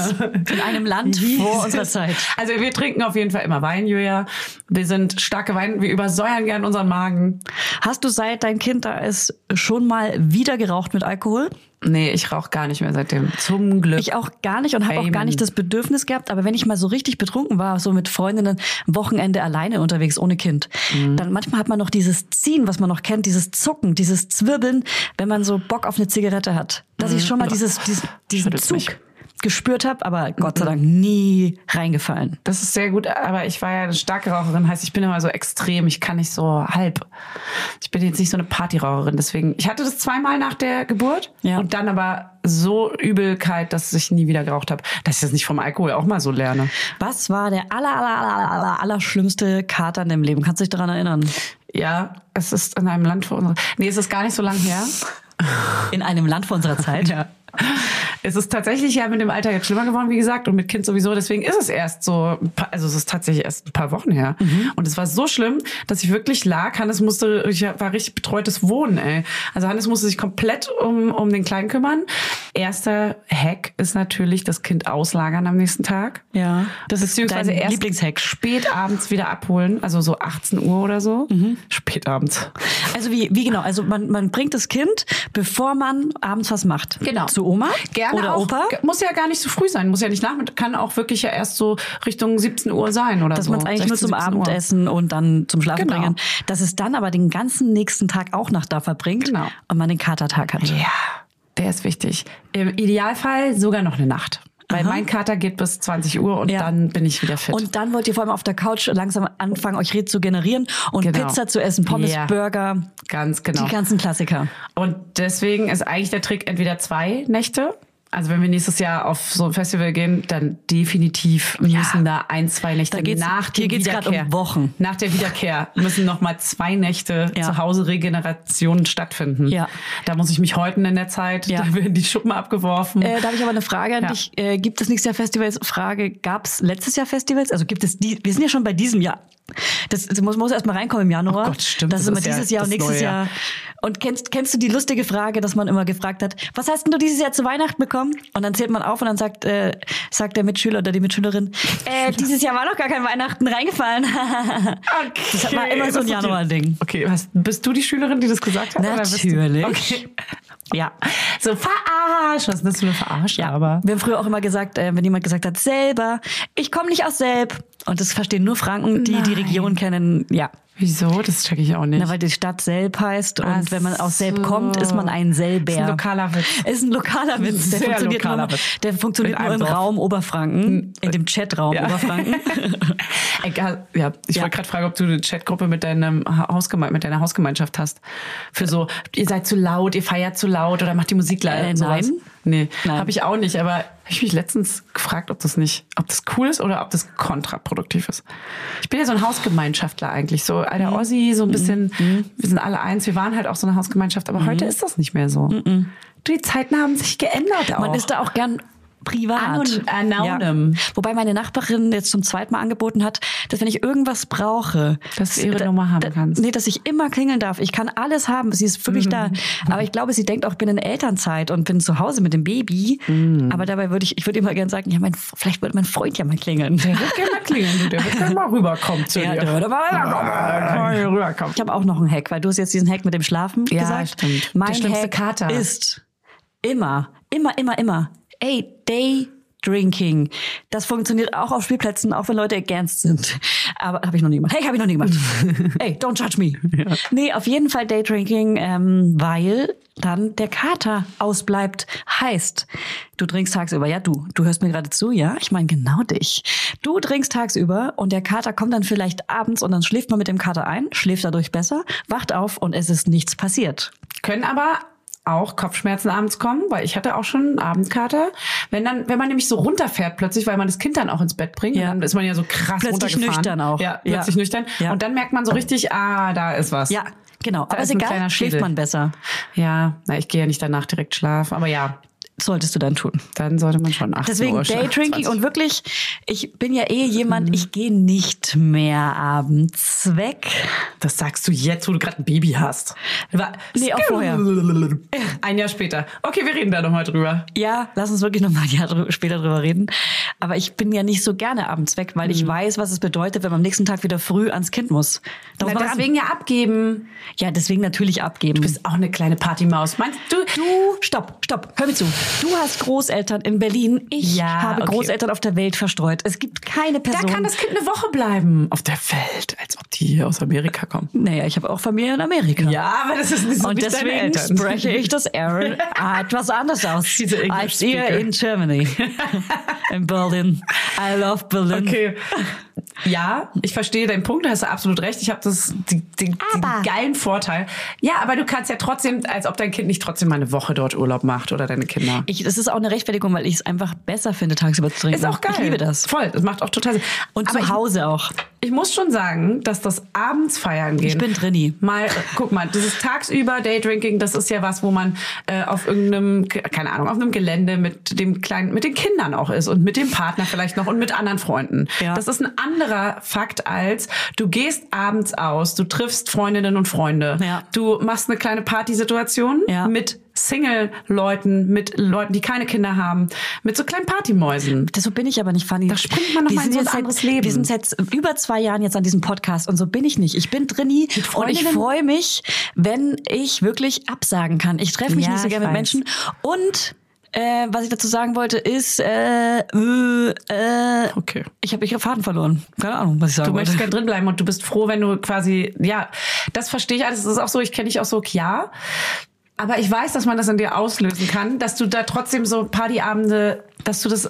Speaker 1: In einem Land vor unserer Zeit.
Speaker 2: Also wir trinken auf jeden Fall immer Wein, Julia. Wir sind starke Wein, wir übersäuern gern unseren Magen.
Speaker 1: Hast du seit dein Kind da ist schon mal wieder geraucht mit Alkohol?
Speaker 2: Nee, ich rauche gar nicht mehr seitdem. Zum Glück.
Speaker 1: Ich auch gar nicht und habe auch gar
Speaker 2: Amen.
Speaker 1: nicht das Bedürfnis gehabt, aber wenn ich mal so richtig betrunken war, so mit Freundinnen, Wochenende alleine unterwegs, ohne Kind,
Speaker 2: Mhm.
Speaker 1: dann manchmal hat man noch dieses Ziehen, was man noch kennt, dieses Zucken, dieses Zwirbeln, wenn man so Bock auf eine Zigarette hat. Dass ich schon mal dieses, dieses, diesen
Speaker 2: Schüttelt's
Speaker 1: Zug
Speaker 2: Mhm. mich. Mhm.
Speaker 1: gespürt habe, aber Gott sei Dank nie reingefallen.
Speaker 2: Das ist sehr gut, aber ich war ja eine starke Raucherin, heißt, ich bin immer so extrem, ich kann nicht so halb. Ich bin jetzt nicht so eine Partyraucherin, deswegen. Ich hatte das zweimal nach der Geburt
Speaker 1: Ja.
Speaker 2: und dann aber so Übelkeit, dass ich nie wieder geraucht habe, dass ich das nicht vom Alkohol auch mal so lerne.
Speaker 1: Was war der aller, aller, aller, aller, aller schlimmste Kater in deinem Leben? Kannst du dich daran erinnern?
Speaker 2: Ja, es ist in einem Land vor unserer. Nee, es ist gar nicht so lang
Speaker 1: [laughs]
Speaker 2: her.
Speaker 1: In einem Land vor unserer Zeit?
Speaker 2: [laughs] Ja. Es ist tatsächlich ja mit dem Alter jetzt schlimmer geworden, wie gesagt, und mit Kind sowieso. Deswegen ist es erst so, ein paar- also es ist tatsächlich erst ein paar Wochen her.
Speaker 1: Mhm.
Speaker 2: Und es war so schlimm, dass ich wirklich lag. Hannes musste, ich war richtig betreutes Wohnen, ey. Also Hannes musste sich komplett um, um den Kleinen kümmern. Erster Hack ist natürlich das Kind auslagern am nächsten Tag.
Speaker 1: Ja.
Speaker 2: Das ist beziehungsweise
Speaker 1: Dein
Speaker 2: erst
Speaker 1: Lieblingshack.
Speaker 2: spät abends wieder abholen, also so 18 Uhr oder so.
Speaker 1: Mhm.
Speaker 2: Spät abends.
Speaker 1: Also wie, wie genau? Also man, man bringt das Kind, bevor man abends was macht.
Speaker 2: Genau.
Speaker 1: Zu Oma
Speaker 2: Gerne
Speaker 1: oder
Speaker 2: auch,
Speaker 1: Opa.
Speaker 2: g- Muss ja gar nicht so früh sein, muss ja nicht nachmittags, kann auch wirklich ja erst so Richtung 17 Uhr sein oder
Speaker 1: Dass
Speaker 2: so.
Speaker 1: man es eigentlich nur
Speaker 2: 16,
Speaker 1: zum
Speaker 2: 17 Also Uhr.
Speaker 1: Abendessen und dann zum Schlafen
Speaker 2: Genau.
Speaker 1: bringen. Dass es dann aber den ganzen nächsten Tag auch noch da verbringt
Speaker 2: Genau.
Speaker 1: und man den Katertag hat.
Speaker 2: Ja, der ist wichtig. Im Idealfall sogar noch eine Nacht. Weil
Speaker 1: Aha.
Speaker 2: mein Kater geht bis 20 Uhr und
Speaker 1: Ja.
Speaker 2: dann bin ich wieder fit.
Speaker 1: Und dann wollt ihr vor allem auf der Couch langsam anfangen, euch Red zu generieren und
Speaker 2: Genau.
Speaker 1: Pizza zu essen, Pommes,
Speaker 2: Ja.
Speaker 1: Burger,
Speaker 2: Ganz genau.
Speaker 1: die ganzen Klassiker.
Speaker 2: Und deswegen ist eigentlich der Trick entweder zwei Nächte. Also wenn wir nächstes Jahr auf so ein Festival gehen, dann definitiv müssen da ein, zwei Nächte
Speaker 1: Da geht's-
Speaker 2: nach der
Speaker 1: hier geht's grad um
Speaker 2: Wiederkehr.
Speaker 1: Wochen.
Speaker 2: Nach der Wiederkehr müssen noch mal zwei Nächte
Speaker 1: Ja.
Speaker 2: zu Hause Regenerationen stattfinden.
Speaker 1: Ja.
Speaker 2: Da muss ich mich häuten in der Zeit,
Speaker 1: Ja.
Speaker 2: da werden die Schuppen abgeworfen.
Speaker 1: Äh, da habe ich aber eine Frage an
Speaker 2: Ja.
Speaker 1: dich. Äh, gibt es nächstes Jahr Festivals? Frage, gab es letztes Jahr Festivals? Also gibt es die, wir sind ja schon bei diesem Jahr. Das, das muss, muss erst mal reinkommen im Januar.
Speaker 2: Oh Gott, stimmt,
Speaker 1: Das, ist
Speaker 2: das
Speaker 1: immer
Speaker 2: ist ja
Speaker 1: dieses Jahr und
Speaker 2: das
Speaker 1: nächstes
Speaker 2: neue
Speaker 1: Jahr.
Speaker 2: Jahr.
Speaker 1: Und kennst, kennst du die lustige Frage, dass man immer gefragt hat, was hast denn du dieses Jahr zu Weihnachten bekommen? Und dann zählt man auf und dann sagt, äh, sagt der Mitschüler oder die Mitschülerin, äh,
Speaker 2: [laughs]
Speaker 1: dieses Jahr war noch gar kein Weihnachten reingefallen. das war immer so ein
Speaker 2: das sind die-
Speaker 1: Januar-Ding.
Speaker 2: Okay, was, bist du die Schülerin, die das gesagt hat? oder bist du-
Speaker 1: Natürlich.
Speaker 2: Okay.
Speaker 1: Ja.
Speaker 2: So verarscht. Was ist das für eine Verarsche?
Speaker 1: [laughs] Ja,
Speaker 2: aber.
Speaker 1: wir haben früher auch immer gesagt, äh, wenn jemand gesagt hat, selber, ich komme nicht aus Selb. Und das verstehen nur Franken, die die Region kennen. Ja,
Speaker 2: Wieso? Das checke ich auch nicht.
Speaker 1: Na, weil die Stadt Selb heißt und
Speaker 2: Ach
Speaker 1: wenn man aus Selb
Speaker 2: so.
Speaker 1: kommt, ist man ein Selber.
Speaker 2: Ist ein lokaler Witz.
Speaker 1: Ist ein lokaler Witz. Der
Speaker 2: Sehr
Speaker 1: funktioniert,
Speaker 2: lokaler
Speaker 1: nur,
Speaker 2: Witz.
Speaker 1: Der funktioniert
Speaker 2: In
Speaker 1: nur
Speaker 2: einem
Speaker 1: im
Speaker 2: Dorf.
Speaker 1: Raum Oberfranken, in dem Chatraum [laughs]
Speaker 2: Ja.
Speaker 1: Oberfranken.
Speaker 2: Egal, ja, ich
Speaker 1: Ja.
Speaker 2: wollte gerade fragen, ob du eine Chatgruppe mit deinem Ha- Hausgeme mit deiner Hausgemeinschaft hast. Für so, ihr seid zu laut, ihr feiert zu laut oder macht die Musik leise.
Speaker 1: Äh,
Speaker 2: und sowas.
Speaker 1: nein.
Speaker 2: Nee,
Speaker 1: Nein.
Speaker 2: habe ich auch nicht, aber habe ich mich letztens gefragt, ob das nicht, ob das cool ist oder ob das kontraproduktiv ist. Ich bin ja so ein Hausgemeinschaftler eigentlich, so alter
Speaker 1: Mhm.
Speaker 2: Ossi, so ein bisschen, wir sind alle eins, wir waren halt auch so eine Hausgemeinschaft, aber
Speaker 1: Mhm.
Speaker 2: heute ist das nicht mehr so. Die Zeiten haben sich geändert auch.
Speaker 1: Man ist da auch gern privat.
Speaker 2: Anon- anonym.
Speaker 1: Ja. Wobei meine Nachbarin jetzt zum zweiten Mal angeboten hat, dass wenn ich irgendwas brauche,
Speaker 2: Dass du ihre Nummer haben kannst. Mhm.
Speaker 1: Nee, dass ich immer klingeln darf. Ich kann alles haben. Sie ist wirklich da. Aber ich glaube, sie denkt auch, ich bin in Elternzeit und bin zu Hause mit dem Baby.
Speaker 2: Mhm.
Speaker 1: Aber dabei würde ich, ich würde immer gern sagen, ja, mein, vielleicht wird mein Freund ja mal klingeln.
Speaker 2: der wird gerne mal klingeln, du, der wird gerne mal rüberkommen zu
Speaker 1: [laughs] Ja,
Speaker 2: dir.
Speaker 1: der wird aber rüberkommen.
Speaker 2: Ja, der kann hier Ah, rüberkommen.
Speaker 1: Ich habe auch noch einen Hack, weil du hast jetzt diesen Hack mit dem Schlafen
Speaker 2: Ja,
Speaker 1: gesagt.
Speaker 2: stimmt. Der
Speaker 1: Mein
Speaker 2: schlimmste
Speaker 1: Hack
Speaker 2: Kater.
Speaker 1: ist immer, immer, immer, immer. Ey, Day Drinking. Das funktioniert auch auf Spielplätzen, auch wenn Leute ernst sind. Aber habe ich noch nie gemacht. Hey, habe ich noch nie
Speaker 2: [laughs]
Speaker 1: gemacht. Hey, don't judge me. Nee, auf jeden Fall Day Drinking, ähm, weil dann der Kater ausbleibt. Heißt, du trinkst tagsüber. Ja, du. Du hörst mir gerade zu, ja? Ich meine genau dich. Du trinkst tagsüber und der Kater kommt dann vielleicht abends und dann schläft man mit dem Kater ein, schläft dadurch besser, wacht auf und es ist nichts passiert.
Speaker 2: Können aber auch Kopfschmerzen abends kommen, weil ich hatte auch schon einen Abendkater. Wenn dann, wenn man nämlich so runterfährt plötzlich, weil man das Kind dann auch ins Bett bringt,
Speaker 1: Ja.
Speaker 2: dann ist man ja so krass
Speaker 1: Plötzlich
Speaker 2: runtergefahren.
Speaker 1: nüchtern auch.
Speaker 2: Ja,
Speaker 1: Ja.
Speaker 2: plötzlich nüchtern.
Speaker 1: Ja.
Speaker 2: Und dann merkt man so richtig, ah, da ist was.
Speaker 1: Ja, genau.
Speaker 2: Da
Speaker 1: Aber
Speaker 2: ist
Speaker 1: ist
Speaker 2: ein
Speaker 1: egal,
Speaker 2: kleiner
Speaker 1: schläft
Speaker 2: Schädel.
Speaker 1: man besser.
Speaker 2: Ja, na, ich gehe ja nicht danach direkt schlafen, aber ja,
Speaker 1: Solltest du dann tun.
Speaker 2: dann sollte man schon 18
Speaker 1: Deswegen
Speaker 2: Uhr schlafen.
Speaker 1: Daydrinking
Speaker 2: 20.
Speaker 1: und wirklich, ich bin ja eh jemand, ich gehe nicht mehr abends weg.
Speaker 2: Das sagst du jetzt, wo du gerade ein Baby hast. War-
Speaker 1: Nee, auch vorher.
Speaker 2: Ein Jahr später. Okay, wir reden da nochmal drüber.
Speaker 1: Ja, lass uns wirklich nochmal ein Jahr drü- später drüber reden. Aber ich bin ja nicht so gerne abends weg, weil
Speaker 2: Mhm.
Speaker 1: ich weiß, was es bedeutet, wenn man am nächsten Tag wieder früh ans Kind muss. Da muss man ran.
Speaker 2: ja abgeben.
Speaker 1: ja, deswegen natürlich abgeben.
Speaker 2: Du bist auch eine kleine Partymaus. Meinst du?
Speaker 1: Du, stopp, stopp, hör mir zu. Du hast Großeltern in Berlin. Ich
Speaker 2: Ja,
Speaker 1: habe
Speaker 2: okay.
Speaker 1: Großeltern auf der Welt verstreut. Es gibt keine
Speaker 2: Da
Speaker 1: Person.
Speaker 2: kann das Kind eine Woche bleiben. Auf der Welt, als ob die hier aus Amerika kommen.
Speaker 1: naja, ich habe auch Familie in Amerika.
Speaker 2: Ja, aber das ist nicht so
Speaker 1: Und
Speaker 2: wie deine
Speaker 1: deswegen
Speaker 2: Eltern.
Speaker 1: spreche
Speaker 2: [laughs]
Speaker 1: ich das Aaron etwas anders aus
Speaker 2: She's an English
Speaker 1: als ihr
Speaker 2: speaker.
Speaker 1: in
Speaker 2: [laughs]
Speaker 1: Germany. In Berlin. I love Berlin.
Speaker 2: Okay. Ja, ich verstehe deinen Punkt, da hast du absolut recht. Ich habe das die, die, den
Speaker 1: Aber-
Speaker 2: geilen Vorteil. Ja, aber du kannst ja trotzdem, als ob dein Kind nicht trotzdem mal eine Woche dort Urlaub macht oder deine Kinder.
Speaker 1: Ich, das ist auch eine Rechtfertigung, weil ich es einfach besser finde, tagsüber zu trinken.
Speaker 2: Ist auch geil.
Speaker 1: Ich liebe das.
Speaker 2: Voll, das macht auch total Sinn.
Speaker 1: Und
Speaker 2: aber
Speaker 1: zu Hause auch.
Speaker 2: Ich, ich muss schon sagen, dass das abends feiern gehen.
Speaker 1: Ich bin drinni.
Speaker 2: Mal, guck mal, das ist tagsüber Daydrinking, das ist ja was, wo man äh, auf irgendeinem, keine Ahnung, auf einem Gelände mit dem kleinen, mit den Kindern auch ist und mit dem Partner vielleicht noch und mit anderen Freunden.
Speaker 1: Ja.
Speaker 2: Das ist ein anderer Fakt als du gehst abends aus, du triffst Freundinnen und Freunde,
Speaker 1: Ja.
Speaker 2: du machst eine kleine Partysituation
Speaker 1: Ja.
Speaker 2: mit Single-Leuten, mit Leuten, die keine Kinder haben, mit so kleinen Partymäusen.
Speaker 1: Das, so bin ich aber nicht, Fanny.
Speaker 2: Da springt man noch
Speaker 1: Wir
Speaker 2: mal in
Speaker 1: sind
Speaker 2: so ein
Speaker 1: jetzt
Speaker 2: anderes
Speaker 1: seit,
Speaker 2: Leben.
Speaker 1: Wir sind seit über zwei Jahren jetzt an diesem Podcast und so bin ich nicht. Ich bin drinni und ich
Speaker 2: Freundinnen-
Speaker 1: freue mich, wenn ich wirklich absagen kann. Ich treffe mich
Speaker 2: Ja,
Speaker 1: nicht so
Speaker 2: ich
Speaker 1: gerne mit
Speaker 2: weiß.
Speaker 1: Menschen und äh, was ich dazu sagen wollte ist, äh, äh, äh,
Speaker 2: Okay.
Speaker 1: ich habe ich Faden verloren. Keine Ahnung, was ich sagen
Speaker 2: Du
Speaker 1: wollte.
Speaker 2: [laughs] möchtest gerne drin bleiben und du bist froh, wenn du quasi, ja, das verstehe ich alles. Das ist auch so, ich kenne dich auch so, ja. Aber ich weiß, dass man das in dir auslösen kann, dass du da trotzdem so Partyabende, dass du das,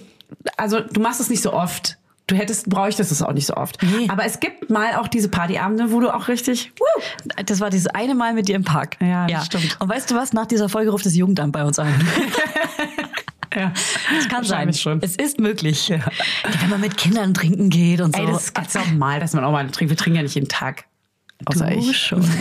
Speaker 2: also du machst es nicht so oft. Du hättest, bräuchtest es auch nicht so oft.
Speaker 1: Nee.
Speaker 2: Aber es gibt mal auch diese Partyabende, wo du auch richtig, wuh,
Speaker 1: Das war dieses eine Mal mit dir im Park.
Speaker 2: Ja, das stimmt.
Speaker 1: Und weißt du was? Nach dieser Folge ruft das Jugendamt bei uns an.
Speaker 2: [laughs] ja.
Speaker 1: Das kann sein.
Speaker 2: Wahrscheinlich schon.
Speaker 1: Es ist möglich. Wenn man mit Kindern trinken geht und so.
Speaker 2: Ey, das ist ganz normal, dass man auch mal trinkt. Wir trinken ja nicht jeden Tag. Außer
Speaker 1: Du
Speaker 2: ich.
Speaker 1: schon.
Speaker 2: [laughs]